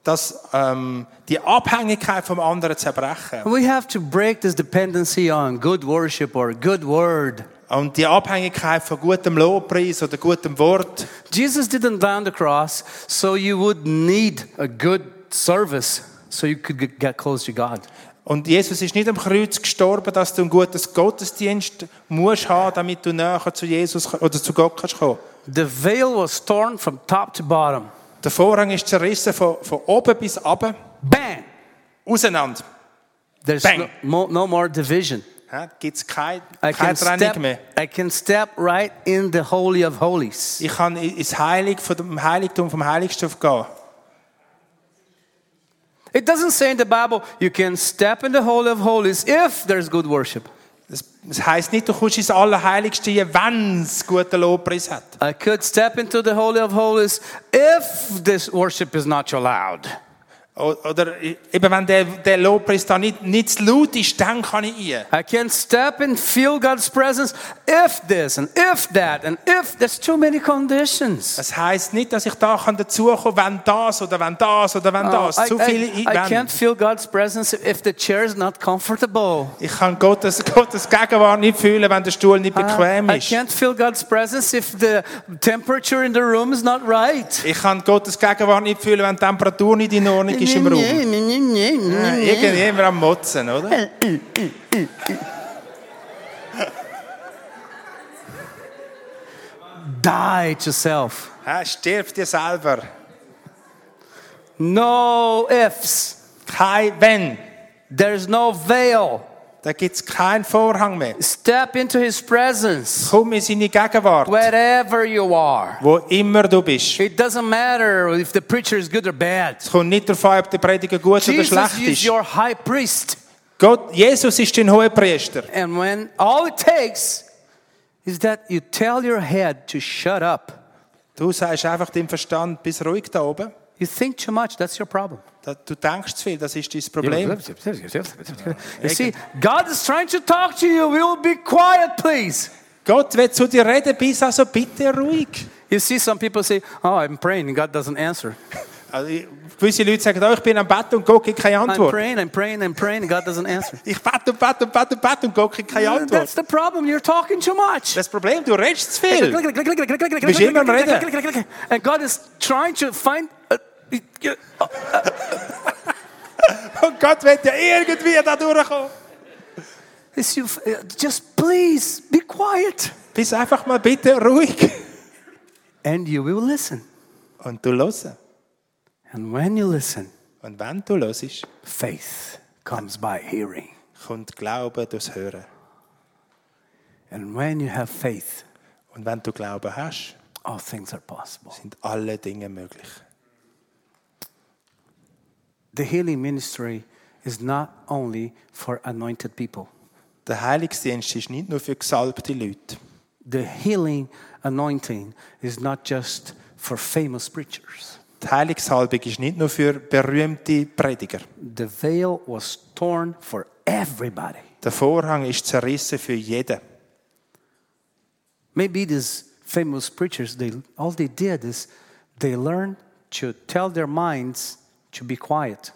Speaker 3: das, ähm, die Abhängigkeit vom anderen zerbrechen.
Speaker 2: We have to break this dependency on good worship or good word.
Speaker 3: Und die Abhängigkeit von gutem Lobpreis oder gutem Wort.
Speaker 2: Jesus didn't die on the cross, so you would need a good service so you could g- get close to God.
Speaker 3: Und Jesus ist nicht am Kreuz gestorben, dass du einen guten Gottesdienst musst haben, damit du näher zu Jesus oder zu Gott kannst kommen.
Speaker 2: The veil was torn from top to bottom.
Speaker 3: Der Vorhang ist zerrissen von, von oben bis aben,
Speaker 2: Bang!
Speaker 3: auseinander.
Speaker 2: There's
Speaker 3: Bang.
Speaker 2: no- mo- no more division.
Speaker 3: Gibt es keine,
Speaker 2: I can,
Speaker 3: keine
Speaker 2: step,
Speaker 3: Trennung mehr.
Speaker 2: I can step right in the Holy of Holies.
Speaker 3: Ich kann in- ins Heilig von dem Heiligtum vom Heiligsten gehen.
Speaker 2: It doesn't say in the Bible you can step in the Holy of Holies if there's good worship.
Speaker 3: Das, das heisst nicht, du kommst ins Allerheiligste, wenn es guten Lobpreis hat.
Speaker 2: I could step into the Holy of Holies if this worship is not allowed.
Speaker 3: O- Oder eben, wenn der, der Lobpreis da nicht, nicht zu laut ist, dann kann ich ihn.
Speaker 2: I can step and feel God's presence if this and if that and if there's too many conditions.
Speaker 3: Das heisst nicht, dass ich da kann dazukommen kann, wenn das oder wenn das oder wenn
Speaker 2: Oh,
Speaker 3: das.
Speaker 2: I,
Speaker 3: Zu viele
Speaker 2: I, I
Speaker 3: Wenn.
Speaker 2: can't feel God's presence if the chair is not comfortable.
Speaker 3: Ich kann Gottes, Gottes Gegenwart nicht fühlen, wenn der Stuhl nicht bequem
Speaker 2: I, I
Speaker 3: ist.
Speaker 2: can't feel God's presence if the temperature in the room is not right.
Speaker 3: Ich kann Gottes Gegenwart nicht fühlen, wenn die Temperatur nicht in Ordnung ist im Raum. Ja,
Speaker 2: Raum.
Speaker 3: Irgendjemand am Motzen,
Speaker 2: Äh.
Speaker 3: oder?
Speaker 2: Die to self.
Speaker 3: Ja, stirb dir selber.
Speaker 2: No ifs.
Speaker 3: Kein Wenn.
Speaker 2: There's no veil.
Speaker 3: Da gibt es keinen Vorhang mehr.
Speaker 2: Step into his presence
Speaker 3: Komm in seine Gegenwart,
Speaker 2: wherever you are.
Speaker 3: wo immer du bist.
Speaker 2: It doesn't matter if the preacher is good or bad.
Speaker 3: Es kommt nicht darauf an, ob der Prediger gut oder
Speaker 2: Jesus is
Speaker 3: schlecht ist.
Speaker 2: your high priest.
Speaker 3: Gott, Jesus ist dein Hohepriester.
Speaker 2: And when all it takes is that you tell your head to shut up.
Speaker 3: Du sagst einfach dem Verstand, bist ruhig da oben.
Speaker 2: You think too much, that's your problem.
Speaker 3: Da- Du denkst zu viel, das ist dein Problem.
Speaker 2: You see, God is trying to talk to you. We will be quiet, please.
Speaker 3: Gott will zu dir reden, bist also bitte ruhig.
Speaker 2: You see, some people say, Oh, I'm praying, and God doesn't answer.
Speaker 3: Also, ich- gewisse Leute sagen, oh, ich bin am Bett und Gott gibt keine
Speaker 2: I'm
Speaker 3: Antwort.
Speaker 2: praying, I'm praying, I'm praying, and God doesn't answer.
Speaker 3: Ich bete und bete und bete und bete und Gott gibt keine Antwort.
Speaker 2: That's the problem. You're talking too much.
Speaker 3: Das Problem, du redest zu viel. Bist immer am Reden.
Speaker 2: And uh, God is trying to find. a-
Speaker 3: Und Gott wird ja irgendwie da durchkommen.
Speaker 2: It's you, uh, just please be quiet.
Speaker 3: Bist einfach mal bitte ruhig.
Speaker 2: And you will listen.
Speaker 3: Und du hörst.
Speaker 2: And when you listen,
Speaker 3: Und wenn du hörst,
Speaker 2: faith comes by hearing.
Speaker 3: kommt Glaube durchs Hören.
Speaker 2: And when you have faith,
Speaker 3: Und wenn du Glauben hast,
Speaker 2: all things are possible.
Speaker 3: sind alle Dinge möglich.
Speaker 2: The healing ministry is not only for anointed people.
Speaker 3: Der Heiligdienst ist nicht nur für gesalbte Leute.
Speaker 2: The healing anointing is not just for famous preachers.
Speaker 3: Die Heiligshalbung ist nicht nur für berühmte Prediger.
Speaker 2: The veil was torn for everybody.
Speaker 3: Der Vorhang ist zerrissen für jeden.
Speaker 2: Maybe these famous preachers, they, all they did is they learned to tell their minds to be quiet.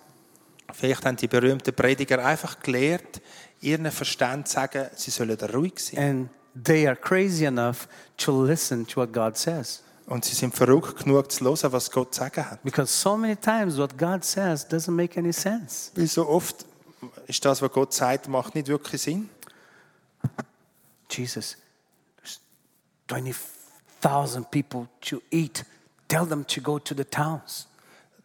Speaker 3: Vielleicht haben die berühmten Prediger einfach gelernt, ihren Verstand zu sagen, sie sollen ruhig sein.
Speaker 2: And they are crazy enough to listen to what God says.
Speaker 3: Und sie sind verrückt genug zu hören, was Gott zu sagen hat.
Speaker 2: Because so many times what God says doesn't make any sense.
Speaker 3: Weil so oft ist das, was Gott sagt, macht nicht wirklich Sinn.
Speaker 2: Jesus, there's 20,000 people to eat. Tell them to go to the towns.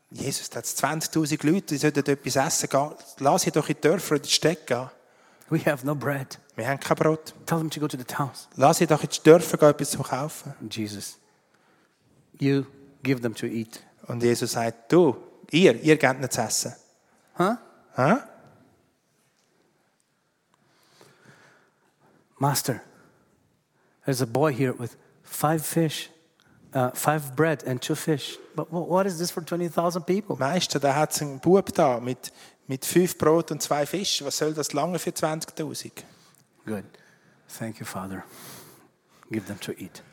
Speaker 3: Jesus da hat 20.000 Leute, die sollten etwas essen gehen. Lass sie doch in die Dörfer und in die Städte gehen.
Speaker 2: We have no bread.
Speaker 3: Wir haben kein Brot.
Speaker 2: Tell them to go to the towns.
Speaker 3: Lass sie doch in die Dörfer gehen, etwas zu kaufen.
Speaker 2: Jesus, you give them to eat.
Speaker 3: Und Jesus sagt, du, ihr, ihr gebt ihnen zu essen.
Speaker 2: Huh?
Speaker 3: Hä?
Speaker 2: Master, there's a boy here with five fish, uh, five bread and two fish. But wh- what is this for 20,000 people?
Speaker 3: Meister, da hat einen Bub da mit, mit fünf Brot und zwei Fisch. Was soll das lange für 20.000?
Speaker 2: Good. Thank you, Father. Give them to eat.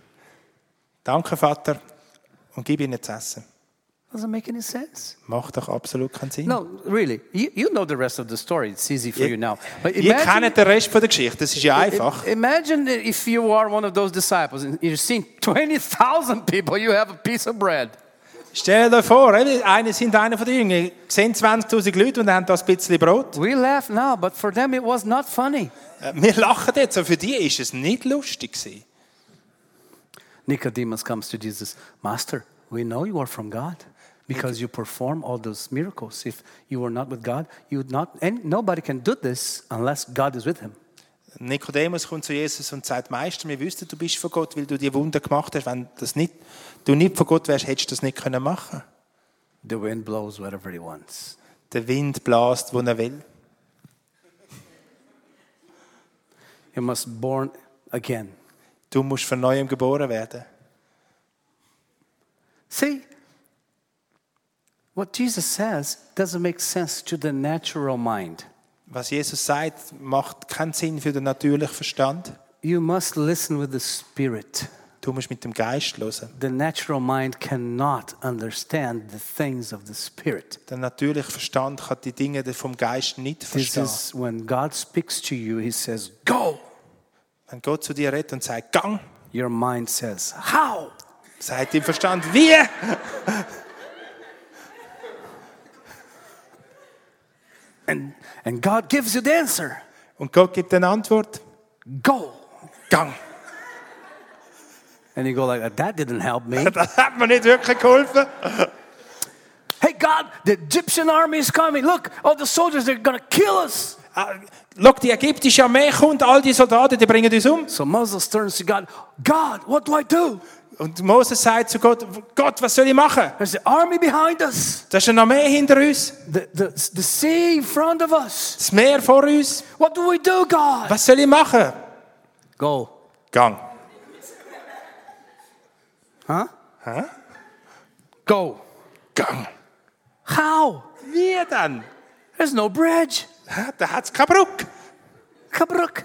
Speaker 3: Danke, Vater. Und gib ihnen zu essen.
Speaker 2: Doesn't make any sense.
Speaker 3: Macht doch absolut keinen Sinn.
Speaker 2: No, really. You, you know the rest of the story. It's easy for
Speaker 3: Ihr-
Speaker 2: you now. But
Speaker 3: Ihr
Speaker 2: imagine,
Speaker 3: kennt den Rest von der Geschichte. Das ist ja einfach.
Speaker 2: i- imagine if you are one of those disciples and you're seeing 20,000 people, you have a piece of bread.
Speaker 3: Stell dir vor, eben, eine sind einer von den Jüngern. Sehen 20.000 Leute und haben da ein bisschen Brot.
Speaker 2: We laugh now, but for them it was not funny.
Speaker 3: Äh, Wir lachen jetzt, aber für die ist es nicht lustig gewesen.
Speaker 2: Nicodemus comes to Jesus, Master, we know you are from God because you perform all those miracles. If you were not with God, you would not, and nobody can do this unless God is with him.
Speaker 3: Nikodemus kommt zu Jesus und sagt, Meister, wir wüssten, du bist von Gott, weil du die Wunder gemacht hast. Wenn das nicht, du nicht von Gott wärst, hättest du das nicht können machen
Speaker 2: The wind blows wherever he wants.
Speaker 3: Der Wind blast, wo er will.
Speaker 2: You must born again.
Speaker 3: Du musst von Neuem geboren werden.
Speaker 2: See, what Jesus says doesn't make sense to the natural mind.
Speaker 3: Was Jesus sagt, macht keinen Sinn für den natürlichen Verstand.
Speaker 2: You must listen with the spirit.
Speaker 3: Du musst mit dem Geist hören.
Speaker 2: The natural mind cannot understand the things of the spirit.
Speaker 3: Der natürliche Verstand kann die Dinge vom Geist nicht
Speaker 2: This
Speaker 3: verstehen.
Speaker 2: is when God speaks to you, He says, Go.
Speaker 3: Wenn Gott zu dir redet und sagt, gang,
Speaker 2: Your mind says, How?
Speaker 3: sagt im Verstand, wie?
Speaker 2: And God gives you the answer
Speaker 3: Und Gott gibt eine Antwort,
Speaker 2: Go.
Speaker 3: gang.
Speaker 2: And you go like that. That didn't help me.
Speaker 3: Das hat mir nicht wirklich geholfen.
Speaker 2: hey, God, the Egyptian army is coming. Look, all the soldiers, they're going to kill us.
Speaker 3: Ah, Schau, die ägyptische Armee kommt, all die Soldaten, die bringen uns um.
Speaker 2: So Moses turns to God, God, what do I do?
Speaker 3: Und Moses sagt zu Gott, Gott, was soll ich machen?
Speaker 2: There's the army behind us,
Speaker 3: Da ist eine Armee hinter uns,
Speaker 2: the, the, the sea in front of us.
Speaker 3: das Meer vor uns.
Speaker 2: What do we do, God?
Speaker 3: Was soll ich machen?
Speaker 2: Go.
Speaker 3: Gang.
Speaker 2: Go.
Speaker 3: Gang.
Speaker 2: How?
Speaker 3: Wie denn?
Speaker 2: There's no bridge.
Speaker 3: Hä, Da hat es keine Brücke.
Speaker 2: Kabruk.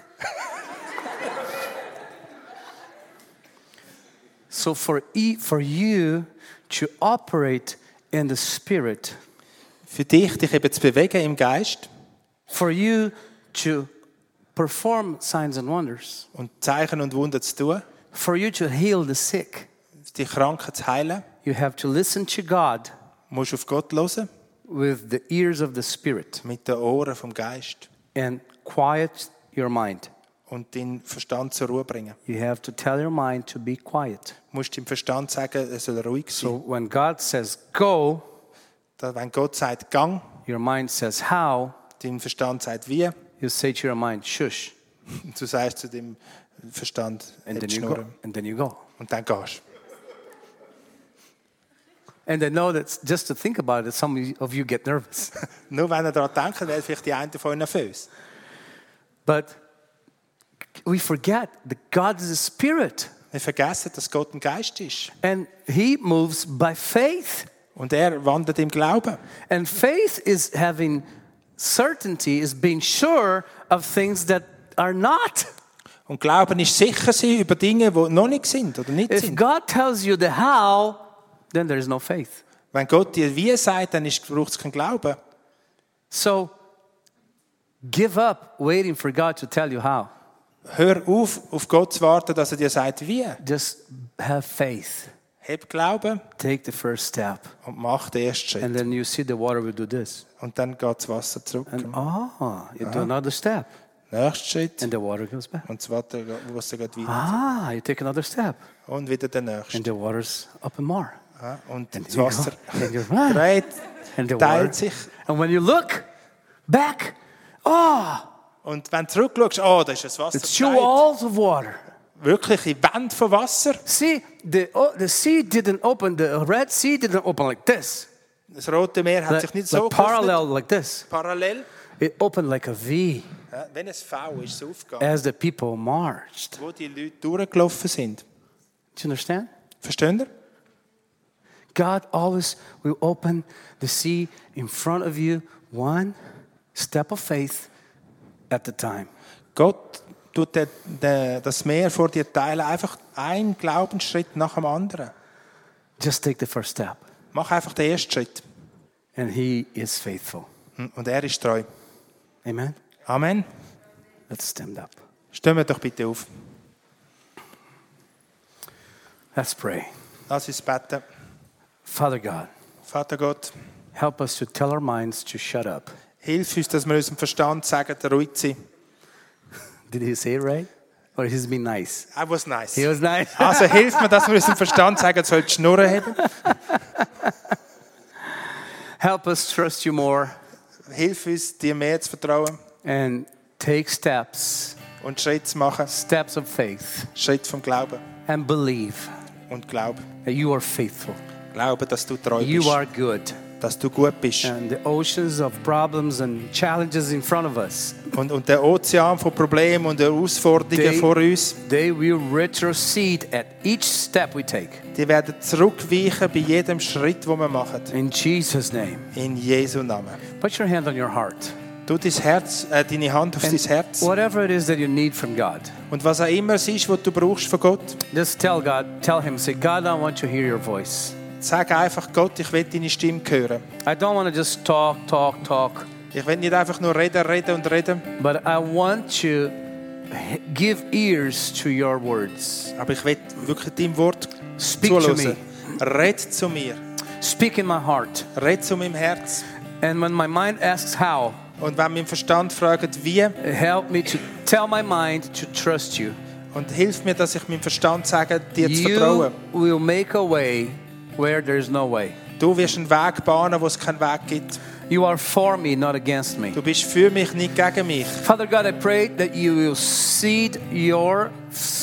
Speaker 2: so for, e, for you to operate in the spirit,
Speaker 3: Für dich, dich eben zu bewegen im Geist
Speaker 2: for you to perform signs and wonders,
Speaker 3: und Zeichen und Wunder zu tun,
Speaker 2: for you to heal the sick,
Speaker 3: die Kranken zu heilen,
Speaker 2: you have to listen to God
Speaker 3: musst du auf Gott hören
Speaker 2: with the ears of the Spirit
Speaker 3: mit den Ohren vom Geist
Speaker 2: and quiet your mind.
Speaker 3: und deinen Verstand zur Ruhe bringen.
Speaker 2: You have to tell your mind to be quiet.
Speaker 3: Du musst dem Verstand sagen, er soll ruhig sein.
Speaker 2: So when God says go,
Speaker 3: Da- Wenn Gott sagt, gang,
Speaker 2: your mind says how,
Speaker 3: dein Verstand sagt, wie,
Speaker 2: you say to your mind shush,
Speaker 3: und du sagst zu dem Verstand,
Speaker 2: and
Speaker 3: "Halt
Speaker 2: then
Speaker 3: die
Speaker 2: you go,
Speaker 3: Schnurren.
Speaker 2: and then you go.
Speaker 3: Und dann gehst du.
Speaker 2: And I know that just to think about it, some of you get nervous.
Speaker 3: Nur wenn ihr daran denkt, wäre vielleicht die eine von euch nervös.
Speaker 2: but we forget that God is a spirit,
Speaker 3: Wir vergessen, dass Gott ein Geist ist.
Speaker 2: and He moves by faith.
Speaker 3: Und er wandert im Glauben.
Speaker 2: And faith is having certainty, is being sure of things that are not.
Speaker 3: Und Glauben ist sicher sein über Dinge, die noch nicht sind oder nicht
Speaker 2: If
Speaker 3: sind.
Speaker 2: God tells you the how, then there is no faith.
Speaker 3: Wenn Gott dir wie sagt, dann ist- braucht es keinen Glauben.
Speaker 2: So give up waiting for God to tell you how.
Speaker 3: Hör auf, auf Gott zu warten, dass er dir sagt, wie.
Speaker 2: Just have faith.
Speaker 3: Heb Glauben
Speaker 2: Take the first step.
Speaker 3: und mach den ersten Schritt.
Speaker 2: And then you see the water will do this.
Speaker 3: Und dann geht das Wasser zurück.
Speaker 2: And ah, you do another step.
Speaker 3: Nächster Schritt.
Speaker 2: And the water goes back.
Speaker 3: Und das Wasser geht- Wasser geht weiter.
Speaker 2: Ah, you take another step.
Speaker 3: Und wieder der
Speaker 2: And
Speaker 3: nächste.
Speaker 2: the water's up and more.
Speaker 3: Ja, Und das
Speaker 2: you go.
Speaker 3: Wasser
Speaker 2: And you're right.
Speaker 3: dreht,
Speaker 2: And the
Speaker 3: teilt
Speaker 2: water.
Speaker 3: sich.
Speaker 2: And when you look back, ah,
Speaker 3: Und wenn du zurückschaust, oh, da ist das Wasser
Speaker 2: It's two
Speaker 3: geteilt.
Speaker 2: walls of water.
Speaker 3: Wirkliche Wand von Wasser.
Speaker 2: See, the, oh, the sea didn't open, the Red Sea didn't open like this.
Speaker 3: Das Rote Meer hat sich
Speaker 2: Like,
Speaker 3: nicht so
Speaker 2: like
Speaker 3: geöffnet.
Speaker 2: parallel like this.
Speaker 3: Parallel.
Speaker 2: It opened like a V
Speaker 3: Ja, wenn es V ist, ist es aufgegangen.
Speaker 2: as the people marched.
Speaker 3: Wo die Leute durchgelaufen sind.
Speaker 2: Do you understand?
Speaker 3: Versteht ihr?
Speaker 2: God always will open the sea in front of you, one step of faith at the time.
Speaker 3: Gott tut den, den, das Meer vor dir teilen, einfach einen Glaubensschritt nach dem anderen.
Speaker 2: Just take the first step,
Speaker 3: Mach einfach den ersten Schritt. Hm,
Speaker 2: and He is faithful.
Speaker 3: Und er ist treu.
Speaker 2: Amen?
Speaker 3: Amen.
Speaker 2: Let's stand up.
Speaker 3: Stehen wir doch bitte auf.
Speaker 2: Let's pray.
Speaker 3: Lass uns beten.
Speaker 2: Father God,
Speaker 3: Vater Gott,
Speaker 2: help us to tell our minds to shut up.
Speaker 3: hilf uns, dass wir unserem Verstand sagen, ruhig zu sein.
Speaker 2: Did he say it right? Or he's been nice?
Speaker 3: I was nice.
Speaker 2: He was nice.
Speaker 3: Also hilf mir, dass wir unserem Verstand sagen, soll die Schnurren haben.
Speaker 2: Help us trust you more
Speaker 3: Hilf uns, dir mehr zu vertrauen
Speaker 2: and take steps,
Speaker 3: und Schritte zu machen.
Speaker 2: steps of faith,
Speaker 3: Schritt vom Glauben.
Speaker 2: and believe
Speaker 3: Und Glaube.
Speaker 2: that you are faithful.
Speaker 3: Glaube, dass du treu bist.
Speaker 2: You are good.
Speaker 3: Dass du gut bist.
Speaker 2: And the oceans of problems and challenges in front of us,
Speaker 3: Und, und der Ozean von Problemen und Herausforderungen
Speaker 2: Die-
Speaker 3: vor uns,
Speaker 2: they will retrocede at each step we take.
Speaker 3: die werden zurückweichen bei jedem Schritt, den wir machen.
Speaker 2: In Jesus' name.
Speaker 3: In Jesu Namen.
Speaker 2: Put your hand on your heart.
Speaker 3: Tu dein Herz, äh, deine Hand auf dein
Speaker 2: And
Speaker 3: Herz.
Speaker 2: Whatever it is that you need from God,
Speaker 3: Und was auch immer es ist, was du brauchst von Gott,
Speaker 2: just tell God, tell Him, say, God, I want to hear your voice.
Speaker 3: sag einfach Gott, ich will deine Stimme hören.
Speaker 2: I don't want to just talk, talk, talk.
Speaker 3: Ich will nicht einfach nur reden, reden und reden,
Speaker 2: But I want to h- give ears to your words.
Speaker 3: aber ich will wirklich dein Wort
Speaker 2: Speak to
Speaker 3: zuhören. Red zu mir,
Speaker 2: Speak in my heart.
Speaker 3: red zu meinem Herz.
Speaker 2: And when my mind asks how,
Speaker 3: Und wenn mein Verstand fragt, wie,
Speaker 2: help me to tell my mind to trust you.
Speaker 3: und hilf mir, dass ich meinem Verstand sage, dir zu
Speaker 2: You
Speaker 3: vertrauen.
Speaker 2: will make a way where there is no way.
Speaker 3: Du wirst einen Weg bahnen, wo es keinen Weg gibt.
Speaker 2: You are for me, not against me.
Speaker 3: Du bist für mich, nicht gegen mich.
Speaker 2: Father God, I pray that you will seed your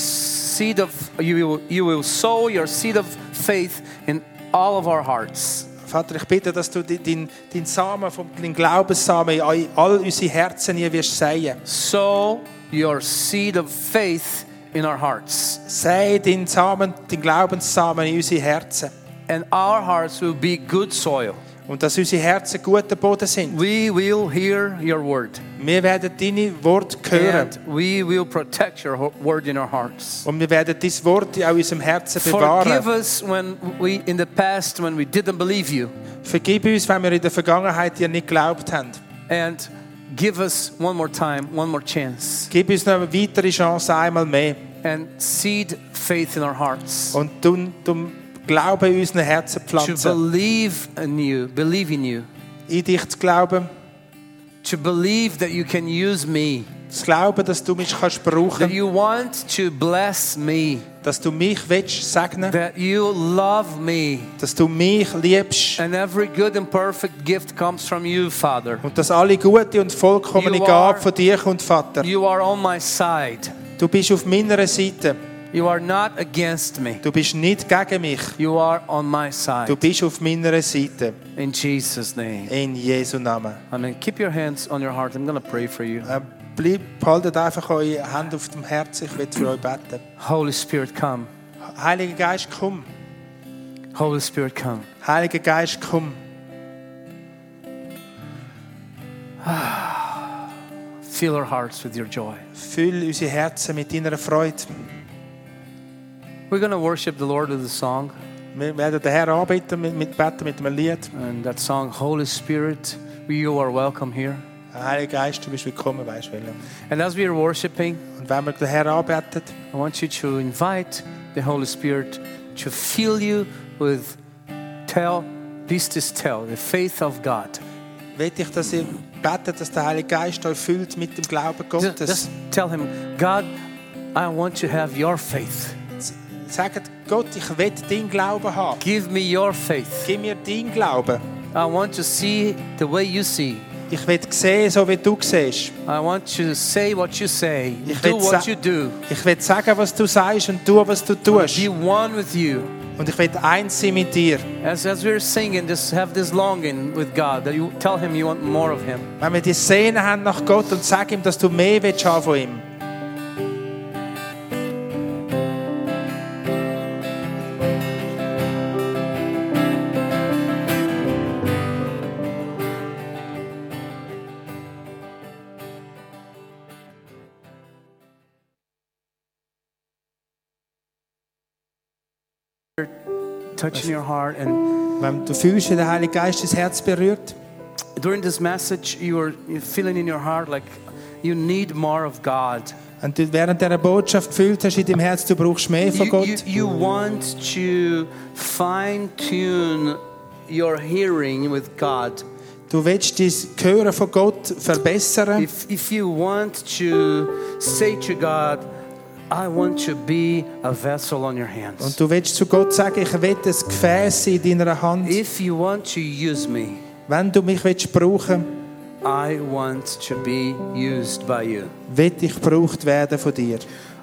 Speaker 2: seed of you will you will sow your seed of faith in all of our hearts.
Speaker 3: Vater, ich bitte, dass du deinen dein, dein Samen, vom- deinen Glaubenssamen in all- all unsere Herzen hier wirst säen.
Speaker 2: sow your seed of faith in our hearts,
Speaker 3: Sei deinen Samen, deinen Glaubenssamen in unsere Herzen.
Speaker 2: and our hearts will be good soil.
Speaker 3: Und dass unsere Herzen guter Boden sind.
Speaker 2: We will hear your word,
Speaker 3: Wir werden deine Worte hören.
Speaker 2: and we will protect your ho- word in our hearts.
Speaker 3: Und wir werden dein Wort auch in unserem Herzen
Speaker 2: Forgive
Speaker 3: bewahren.
Speaker 2: us when we, in the past, when we didn't believe you,
Speaker 3: Vergib uns, wenn wir in der Vergangenheit dir nicht geglaubt haben.
Speaker 2: and give us one more time, one more chance,
Speaker 3: Gib uns noch eine weitere Chance, einmal mehr.
Speaker 2: and seed faith in our hearts
Speaker 3: Und du, du Glauben in unseren Herzen
Speaker 2: to
Speaker 3: pflanzen.
Speaker 2: believe in you, believe in you,
Speaker 3: in dich zu glauben,
Speaker 2: to believe that you can use me,
Speaker 3: zu glauben, dass du mich kannst
Speaker 2: that
Speaker 3: brauchen,
Speaker 2: you want to bless me,
Speaker 3: dass du mich willst segnen,
Speaker 2: that you love me,
Speaker 3: dass du mich liebst
Speaker 2: and every good and perfect gift comes from you, Father.
Speaker 3: und dass alle gute und vollkommene
Speaker 2: You are-
Speaker 3: Gabe von dir kommt, Vater.
Speaker 2: You are on my side.
Speaker 3: Du bist auf meiner Seite.
Speaker 2: You are not against me.
Speaker 3: Du bist nicht gegen mich.
Speaker 2: You are on my
Speaker 3: Du
Speaker 2: side.
Speaker 3: bist auf meiner Seite.
Speaker 2: In Jesus' name.
Speaker 3: In Jesu Namen.
Speaker 2: Amen. Keep your hands on your heart. I'm going to pray for you.
Speaker 3: Äh, Bleib, behaltet einfach eure Hände auf dem Herz. Ich will für euch beten.
Speaker 2: Holy Spirit, come.
Speaker 3: Heiliger Geist, komm.
Speaker 2: Holy Spirit, come.
Speaker 3: Heiliger Geist, komm.
Speaker 2: Fill our hearts with your joy.
Speaker 3: Füll unsere Herzen mit deiner Freude.
Speaker 2: We're going to worship the Lord with a song.
Speaker 3: Wir werden den Herrn anbeten mit, mit Beten, mit einem Lied.
Speaker 2: And that song, Holy Spirit, you are welcome here.
Speaker 3: Heiliger Geist, du bist willkommen, weißt du, Wilhelm.
Speaker 2: And as we are worshiping,
Speaker 3: Und wenn wir den Herrn anbeten,
Speaker 2: I want you to invite the Holy Spirit to fill you with tell, pistis tell, the faith of God.
Speaker 3: will ich, dass ihr betet, dass der Heilige Geist euch füllt mit dem Glauben
Speaker 2: Just,
Speaker 3: Gottes.
Speaker 2: just tell him, God, I want to have your faith.
Speaker 3: Sagt Gott, ich will deinen Glauben haben.
Speaker 2: Give me your faith.
Speaker 3: Gib mir deinen Glauben.
Speaker 2: I want to see the way you see.
Speaker 3: Ich will sehen, so wie du siehst.
Speaker 2: I want to say what you say,
Speaker 3: Ich
Speaker 2: do
Speaker 3: will, sa-
Speaker 2: what you do,
Speaker 3: ich will sagen, was du sagst und tun, was du
Speaker 2: be
Speaker 3: tust.
Speaker 2: one with you.
Speaker 3: Und ich will eins sein mit dir.
Speaker 2: As, as we're singing, just have this longing with God that you tell Him you want more of Him.
Speaker 3: Wenn wir die Sehne haben nach Gott und sag ihm, dass du mehr willst haben von ihm.
Speaker 2: Touching your heart. And
Speaker 3: Wenn du fühlst, wie der Heilige Geist dein Herz berührt,
Speaker 2: during this message, you are feeling in your heart like you need more of God.
Speaker 3: und du während dieser Botschaft gefühlt hast in deinem Herz, du brauchst mehr von
Speaker 2: You,
Speaker 3: Gott,
Speaker 2: you, you want to fine tune your hearing with God.
Speaker 3: du willst dein Hören von Gott verbessern,
Speaker 2: If, if you want to say to God, I want to be a vessel on your hands.
Speaker 3: und du willst zu Gott sagen, ich will ein Gefäß sein in deiner Hand.
Speaker 2: If you want to use me,
Speaker 3: Wenn du mich willst brauchen,
Speaker 2: I want to be used by you.
Speaker 3: will ich gebraucht werden von dir.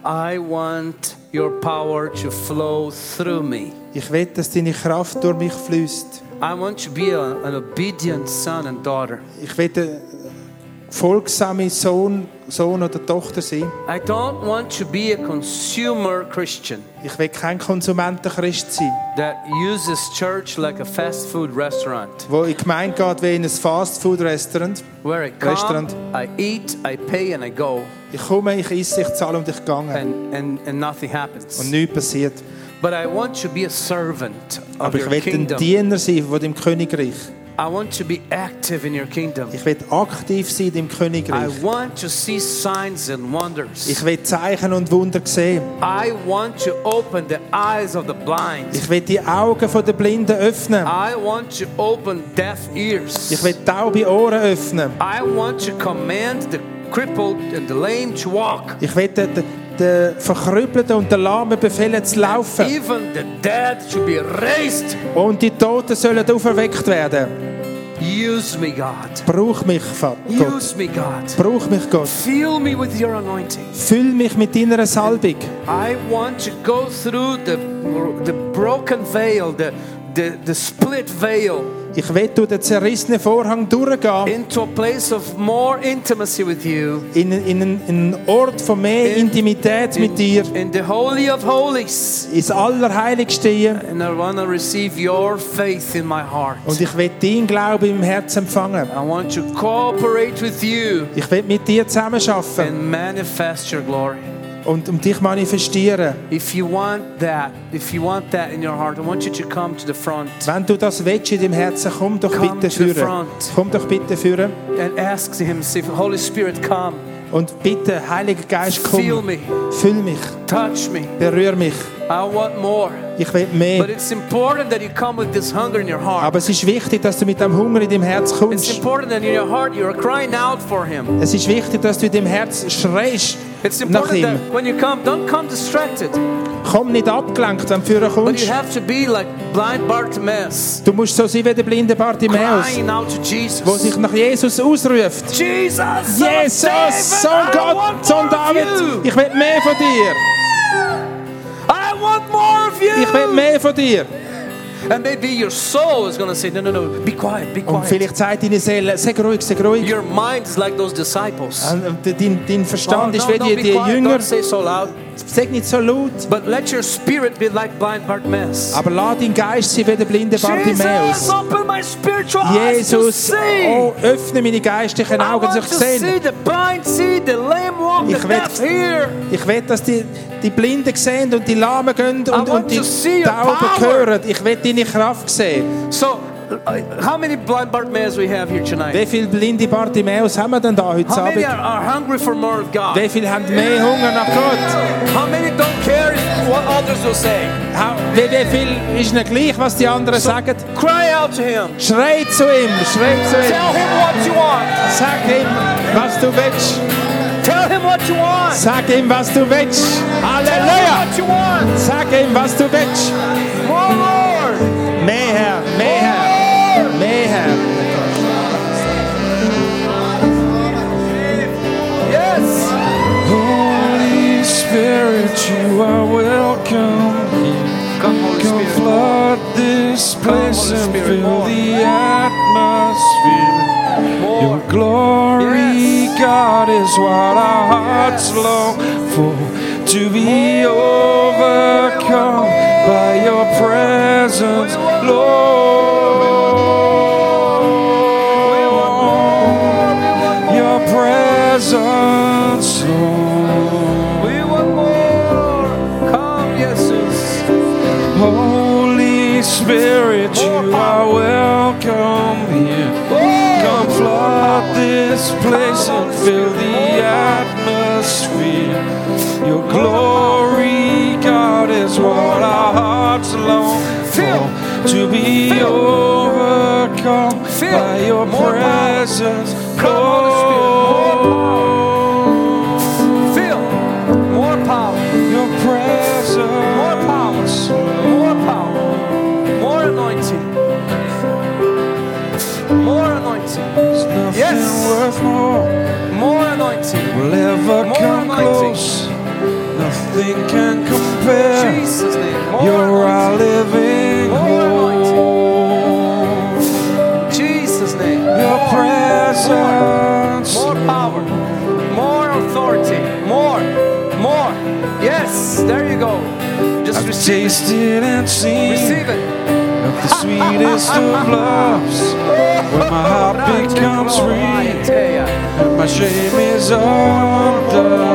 Speaker 2: I want your power to flow through me.
Speaker 3: Ich will, dass deine Kraft durch mich fließt.
Speaker 2: I want to be a- an obedient son and daughter.
Speaker 3: Ich will ein folgsamer Sohn, Sohn oder Tochter sein.
Speaker 2: I don't want to be a consumer Christian
Speaker 3: Ich will kein Konsumentenchrist sein,
Speaker 2: that uses church like a fast food restaurant
Speaker 3: wo in die Gemeinde geht wie in ein Fastfood-Restaurant.
Speaker 2: where I come,
Speaker 3: Restaurant.
Speaker 2: I eat, I pay, and I go.
Speaker 3: Ich komme, ich esse, ich zahle und ich gehe.
Speaker 2: and, and, and nothing
Speaker 3: Und
Speaker 2: happens.
Speaker 3: nichts passiert.
Speaker 2: But I want to be a servant of
Speaker 3: Aber ich
Speaker 2: your
Speaker 3: will ein
Speaker 2: kingdom.
Speaker 3: Diener sein von dem Königreich.
Speaker 2: I want to be active in your kingdom.
Speaker 3: Ich will aktiv sein im
Speaker 2: I
Speaker 3: Königreich.
Speaker 2: want to see signs and
Speaker 3: Ich
Speaker 2: wonders.
Speaker 3: will Zeichen und Wunder sehen.
Speaker 2: I want to open the eyes of the blind.
Speaker 3: Ich will die Augen der Blinden öffnen.
Speaker 2: I want to open deaf
Speaker 3: Ich
Speaker 2: ears.
Speaker 3: will taube Ohren öffnen.
Speaker 2: I want to command the crippled and the lame to walk.
Speaker 3: Ich will den, den- den Verkrüppelten und den Lahmen befehlen zu laufen.
Speaker 2: Even the dead to be raised.
Speaker 3: Und die Toten sollen auferweckt werden.
Speaker 2: Use me, God.
Speaker 3: Brauch mich, Fa- Gott.
Speaker 2: Use me, God.
Speaker 3: Brauch mich, Gott.
Speaker 2: Fill me with your anointing.
Speaker 3: Füll mich mit deiner Salbung.
Speaker 2: I want to go through the, the broken veil, the, the, the split veil,
Speaker 3: Ich will durch den zerrissenen Vorhang durchgehen
Speaker 2: into a place of more intimacy with you.
Speaker 3: in, in, einen- in einen Ort von mehr
Speaker 2: In-
Speaker 3: Intimität mit dir.
Speaker 2: In the Holy of Holies.
Speaker 3: Ins Allerheiligste hier.
Speaker 2: And I want to receive your faith in my heart.
Speaker 3: Und ich will deinen Glauben im Herzen empfangen.
Speaker 2: I want to cooperate with you
Speaker 3: Ich will mit dir zusammenarbeiten
Speaker 2: and manifest your glory.
Speaker 3: und um dich manifestieren.
Speaker 2: If you want that, if you want that in your heart, I want you to come to the front
Speaker 3: Wenn du das willst in deinem Herzen, komm doch
Speaker 2: Come
Speaker 3: bitte
Speaker 2: to the
Speaker 3: führen.
Speaker 2: front.
Speaker 3: Komm doch bitte führen
Speaker 2: and ask Him, say, Holy Spirit, come.
Speaker 3: Und bitte, Heiliger Geist, komm.
Speaker 2: Feel me.
Speaker 3: Fühl mich.
Speaker 2: Touch me.
Speaker 3: Berühr mich.
Speaker 2: I want more.
Speaker 3: Ich will mehr.
Speaker 2: But it's important that you come with this hunger in your heart.
Speaker 3: Aber es ist wichtig, dass du mit dem Hunger in deinem Herz
Speaker 2: It's
Speaker 3: kommst.
Speaker 2: important that in your heart you are crying out for Him.
Speaker 3: Es ist wichtig, dass du in deinem Herz schreist
Speaker 2: It's
Speaker 3: nach
Speaker 2: important
Speaker 3: ihm.
Speaker 2: that when you come, don't come distracted.
Speaker 3: Komm nicht abgelenkt, wenn du führen
Speaker 2: But you
Speaker 3: kommst.
Speaker 2: have to be like blind Bartimaeus,
Speaker 3: Du musst so sein wie der blinde Bartimäus,
Speaker 2: crying out to
Speaker 3: der sich
Speaker 2: Jesus.
Speaker 3: nach Jesus ausruft.
Speaker 2: Jesus, Son of David,
Speaker 3: Jesus, Sohn
Speaker 2: I
Speaker 3: Gott,
Speaker 2: want
Speaker 3: Sohn
Speaker 2: more of
Speaker 3: David,
Speaker 2: you.
Speaker 3: ich will mehr von dir.
Speaker 2: I want more of you.
Speaker 3: Ich will mehr von dir.
Speaker 2: And maybe your soul is going to say, no, no, no, be quiet, be
Speaker 3: Und
Speaker 2: quiet.
Speaker 3: vielleicht sagt deine Seele, sei ruhig, sei ruhig.
Speaker 2: Your mind is like those disciples.
Speaker 3: Und Dein, dein
Speaker 2: Oh,
Speaker 3: Verstand
Speaker 2: no,
Speaker 3: ist wie
Speaker 2: no,
Speaker 3: eh, die,
Speaker 2: be
Speaker 3: die
Speaker 2: quiet,
Speaker 3: Jünger.
Speaker 2: don't say so loud.
Speaker 3: Sag nicht so laut.
Speaker 2: But let your spirit be like blind Bartimaeus.
Speaker 3: Aber lass deinen Geist sein wie der blinde
Speaker 2: Jesus,
Speaker 3: Bartimäus.
Speaker 2: open my spiritual eyes to
Speaker 3: Jesus,
Speaker 2: see.
Speaker 3: oh, öffne meine geistigen
Speaker 2: I
Speaker 3: Augen,
Speaker 2: want
Speaker 3: dass
Speaker 2: to
Speaker 3: ich sehe.
Speaker 2: see the blind see, the lame walk,
Speaker 3: Ich
Speaker 2: the
Speaker 3: will-
Speaker 2: deaf hear.
Speaker 3: Ich will, dass die, die Blinden sehen und die Lahmen gehen und,
Speaker 2: want
Speaker 3: und die
Speaker 2: to see your
Speaker 3: Tauben
Speaker 2: power.
Speaker 3: hören. Ich will deine Kraft sehen.
Speaker 2: So, uh, how many blind Bartimaeus we have here tonight?
Speaker 3: Wie viele blinde Bartimäus haben wir denn da heute
Speaker 2: How many
Speaker 3: Abend?
Speaker 2: are, are hungry for more of God?
Speaker 3: Wie viele haben mehr Hunger nach Gott?
Speaker 2: How many don't care if what others will say?
Speaker 3: Hau- Wie, wie viel ist ihnen gleich, was die anderen sagen?
Speaker 2: Cry out to Him.
Speaker 3: Schrei zu ihm, schrei zu ihm.
Speaker 2: Tell Him what you want.
Speaker 3: Sag ihm, was du willst.
Speaker 2: Tell Him what you want.
Speaker 3: Sag ihm, was du willst.
Speaker 2: Tell
Speaker 3: Halleluja!
Speaker 2: him what you want.
Speaker 3: Sag ihm, was du willst.
Speaker 2: More, Lord.
Speaker 3: Mehr Herr, mehr Herr, mehr Herr.
Speaker 2: Yes.
Speaker 4: Holy Spirit, you are welcome.
Speaker 2: Come, Holy
Speaker 4: Come
Speaker 2: Spirit.
Speaker 4: flood this place
Speaker 2: Holy
Speaker 4: and
Speaker 2: Spirit,
Speaker 4: fill
Speaker 2: more.
Speaker 4: the atmosphere. Your
Speaker 2: More.
Speaker 4: glory,
Speaker 2: Yes.
Speaker 4: God, is what our hearts long for. To be overcome by your presence, Lord. Your presence, Lord.
Speaker 2: We want more. Come, Jesus.
Speaker 4: Holy Spirit, you are welcome here. Come flood this place and fill the atmosphere. Your glory, God, is what our hearts long for. To be overcome
Speaker 2: Fill.
Speaker 4: by your
Speaker 2: More power.
Speaker 4: presence,
Speaker 2: Come, Holy Spirit. More
Speaker 4: Lord.
Speaker 2: Feel more power,
Speaker 4: Your presence,
Speaker 2: more power, more power, more anointing, more anointing,
Speaker 4: There's nothing
Speaker 2: Yes.
Speaker 4: worth more.
Speaker 2: more anointing.
Speaker 4: will ever
Speaker 2: More
Speaker 4: come
Speaker 2: anointing.
Speaker 4: close. Nothing can compare.
Speaker 2: Jesus' name, more
Speaker 4: You're our
Speaker 2: anointing.
Speaker 4: living
Speaker 2: More anointing.
Speaker 4: hope.
Speaker 2: Jesus' name,
Speaker 4: Your
Speaker 2: more,
Speaker 4: presence.
Speaker 2: more power, more authority, more, more. Yes, there you go. Just
Speaker 4: I've
Speaker 2: receive it.
Speaker 4: tasted and seen
Speaker 2: Receive it.
Speaker 4: of the sweetest of loves. Where my heart becomes free,
Speaker 2: More
Speaker 4: and my shame is undone.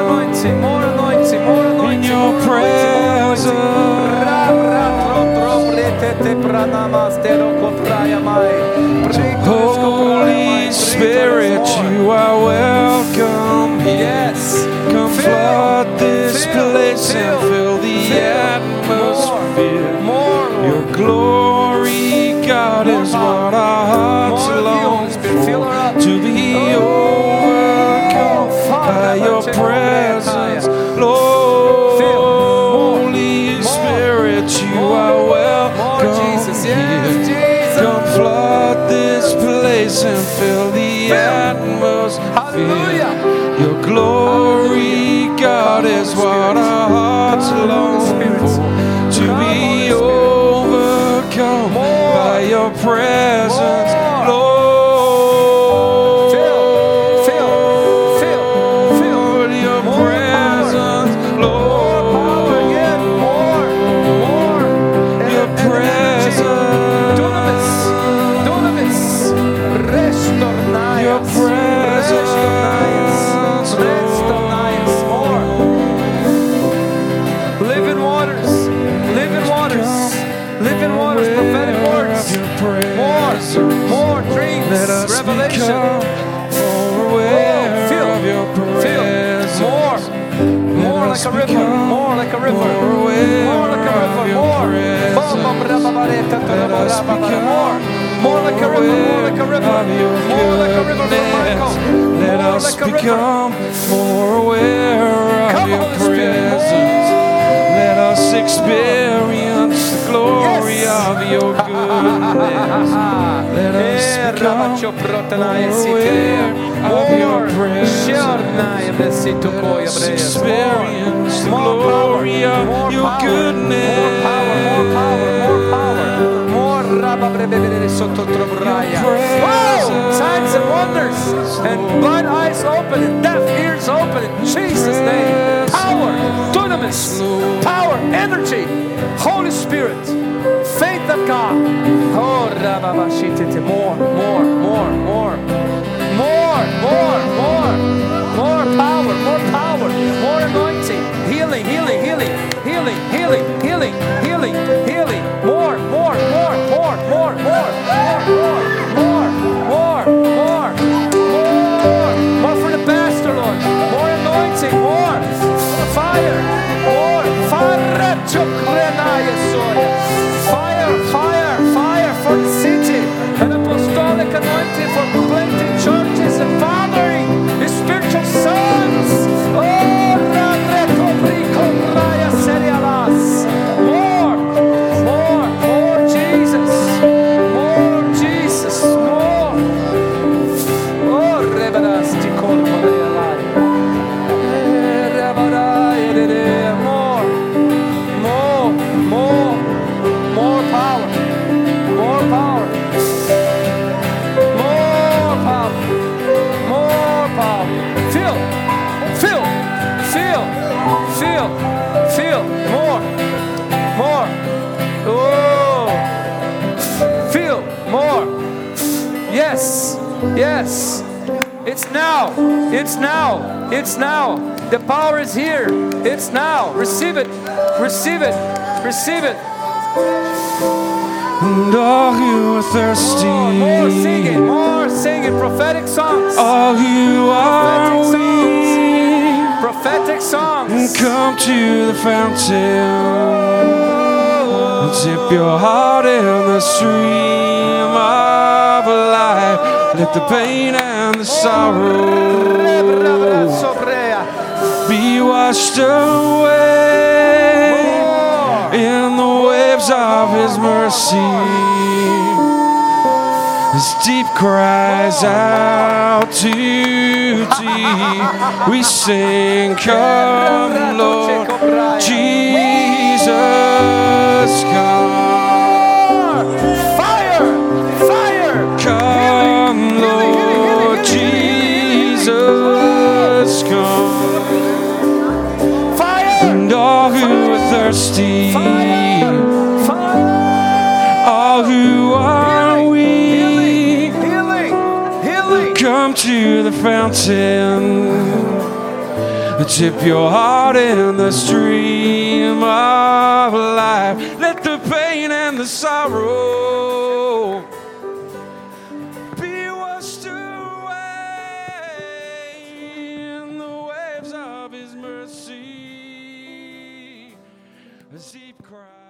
Speaker 2: anointing, more anointing, more
Speaker 4: In
Speaker 2: anointing.
Speaker 4: your presence. Holy Spirit, you are welcome here.
Speaker 2: Yes.
Speaker 4: Come
Speaker 2: Fill,
Speaker 4: flood this
Speaker 2: fill,
Speaker 4: place and
Speaker 2: fill,
Speaker 4: fill the
Speaker 2: fill.
Speaker 4: atmosphere.
Speaker 2: More, Lord.
Speaker 4: Your glory, God,
Speaker 2: More
Speaker 4: is
Speaker 2: power.
Speaker 4: what our hearts
Speaker 2: More of you,
Speaker 4: long
Speaker 2: Holy Spirit. Fill her up.
Speaker 4: for. To be overcome by your presence, Lord.
Speaker 2: Fill. More.
Speaker 4: Holy
Speaker 2: More.
Speaker 4: Spirit, you
Speaker 2: More.
Speaker 4: are
Speaker 2: More,
Speaker 4: welcome
Speaker 2: Jesus.
Speaker 4: here.
Speaker 2: Yes, Jesus.
Speaker 4: Come flood this place and fill the atmosphere.
Speaker 2: Hallelujah.
Speaker 4: Your glory, God, is what our hearts
Speaker 2: Come,
Speaker 4: long
Speaker 2: Holy Spirit.
Speaker 4: for. To
Speaker 2: Come, Holy
Speaker 4: be
Speaker 2: Spirit.
Speaker 4: overcome
Speaker 2: More.
Speaker 4: by your presence,
Speaker 2: More.
Speaker 4: Lord.
Speaker 2: Fill, fill, fill, fill.
Speaker 4: Lord, your
Speaker 2: More
Speaker 4: presence,
Speaker 2: More power
Speaker 4: Lord.
Speaker 2: again. More, more. And-
Speaker 4: Your
Speaker 2: and
Speaker 4: presence.
Speaker 2: energy. Dunamis, dunamis. Restornaias.
Speaker 4: Your presence,
Speaker 2: Restornaias.
Speaker 4: Lord.
Speaker 2: Restornaias. More. Living waters. Living waters. Living waters. Prophetic words. More, more dreams.
Speaker 4: Let us
Speaker 2: Revelation.
Speaker 4: become more aware of your presence.
Speaker 2: More. More
Speaker 4: Let us
Speaker 2: like a river.
Speaker 4: become
Speaker 2: More like a river.
Speaker 4: more aware
Speaker 2: More like a
Speaker 4: of
Speaker 2: river.
Speaker 4: your
Speaker 2: More.
Speaker 4: presence. Let us become
Speaker 2: More. More like a river. More like a river.
Speaker 4: Of your
Speaker 2: More like a river for Michael.
Speaker 4: goodness. Let
Speaker 2: More
Speaker 4: us
Speaker 2: like a river.
Speaker 4: become more aware of
Speaker 2: Come,
Speaker 4: your
Speaker 2: Holy Spirit.
Speaker 4: presence. Let us experience the glory
Speaker 2: Yes.
Speaker 4: of your goodness. Let
Speaker 2: Eh,
Speaker 4: us become
Speaker 2: rabachoprotena
Speaker 4: more
Speaker 2: esite.
Speaker 4: aware Oh, eh, of your
Speaker 2: More.
Speaker 4: presence.
Speaker 2: Shorna ebesitu
Speaker 4: Let
Speaker 2: koya
Speaker 4: us
Speaker 2: breis.
Speaker 4: experience the
Speaker 2: More power.
Speaker 4: glory
Speaker 2: More
Speaker 4: of your
Speaker 2: power. More power. More power.
Speaker 4: goodness.
Speaker 2: More power. More rababrebebere sotto trobraya. Oh, signs and wonders and blind eyes open and deaf ears open in Jesus' name. Power, dunamis, power, energy, Holy Spirit, faith of God. Oh, rababashitete. more, more, more, more, more, more, more, more power, more power, more anointing, healing, healing, healing, healing, healing, healing, healing, healing, more, more, more, more, more, more, more, more, more, more, more, more for the pastor, Lord, more anointing, more fire, more fire, fire, fire, fire for the city, an apostolic anointing for planting churches and fathering the spiritual sons. Oh, Rarekobrikobraya serialas. More, more, more Jesus, more Jesus, more. Oh, reverasti More, more, more, more power, more power, more power, more power. Feel, feel, feel, feel, feel more, more. Oh, feel more. Yes, yes. It's now. It's now. It's now. The power is here. It's now. Receive it. Receive it. Receive it.
Speaker 4: And all who are thirsty,
Speaker 2: More, more singing. More singing. Prophetic songs.
Speaker 4: all who are
Speaker 2: Prophetic
Speaker 4: weak,
Speaker 2: songs. Prophetic songs.
Speaker 4: come to the fountain. Dip your heart in the stream of life. Let the pain and the sorrow be washed away in the waves of his mercy. His deep cries out to thee. We sing, Come, Lord Jesus, come.
Speaker 2: Fire! Fire!
Speaker 4: Come, Lord Jesus, come.
Speaker 2: Fire!
Speaker 4: And all who are thirsty,
Speaker 2: Fire! Fire!
Speaker 4: all who are
Speaker 2: Healing,
Speaker 4: weak,
Speaker 2: Healing! Healing!
Speaker 4: come to the fountain. Dip your heart in the stream of life. Let the pain and the sorrow be washed away in the waves of His mercy. A deep cry.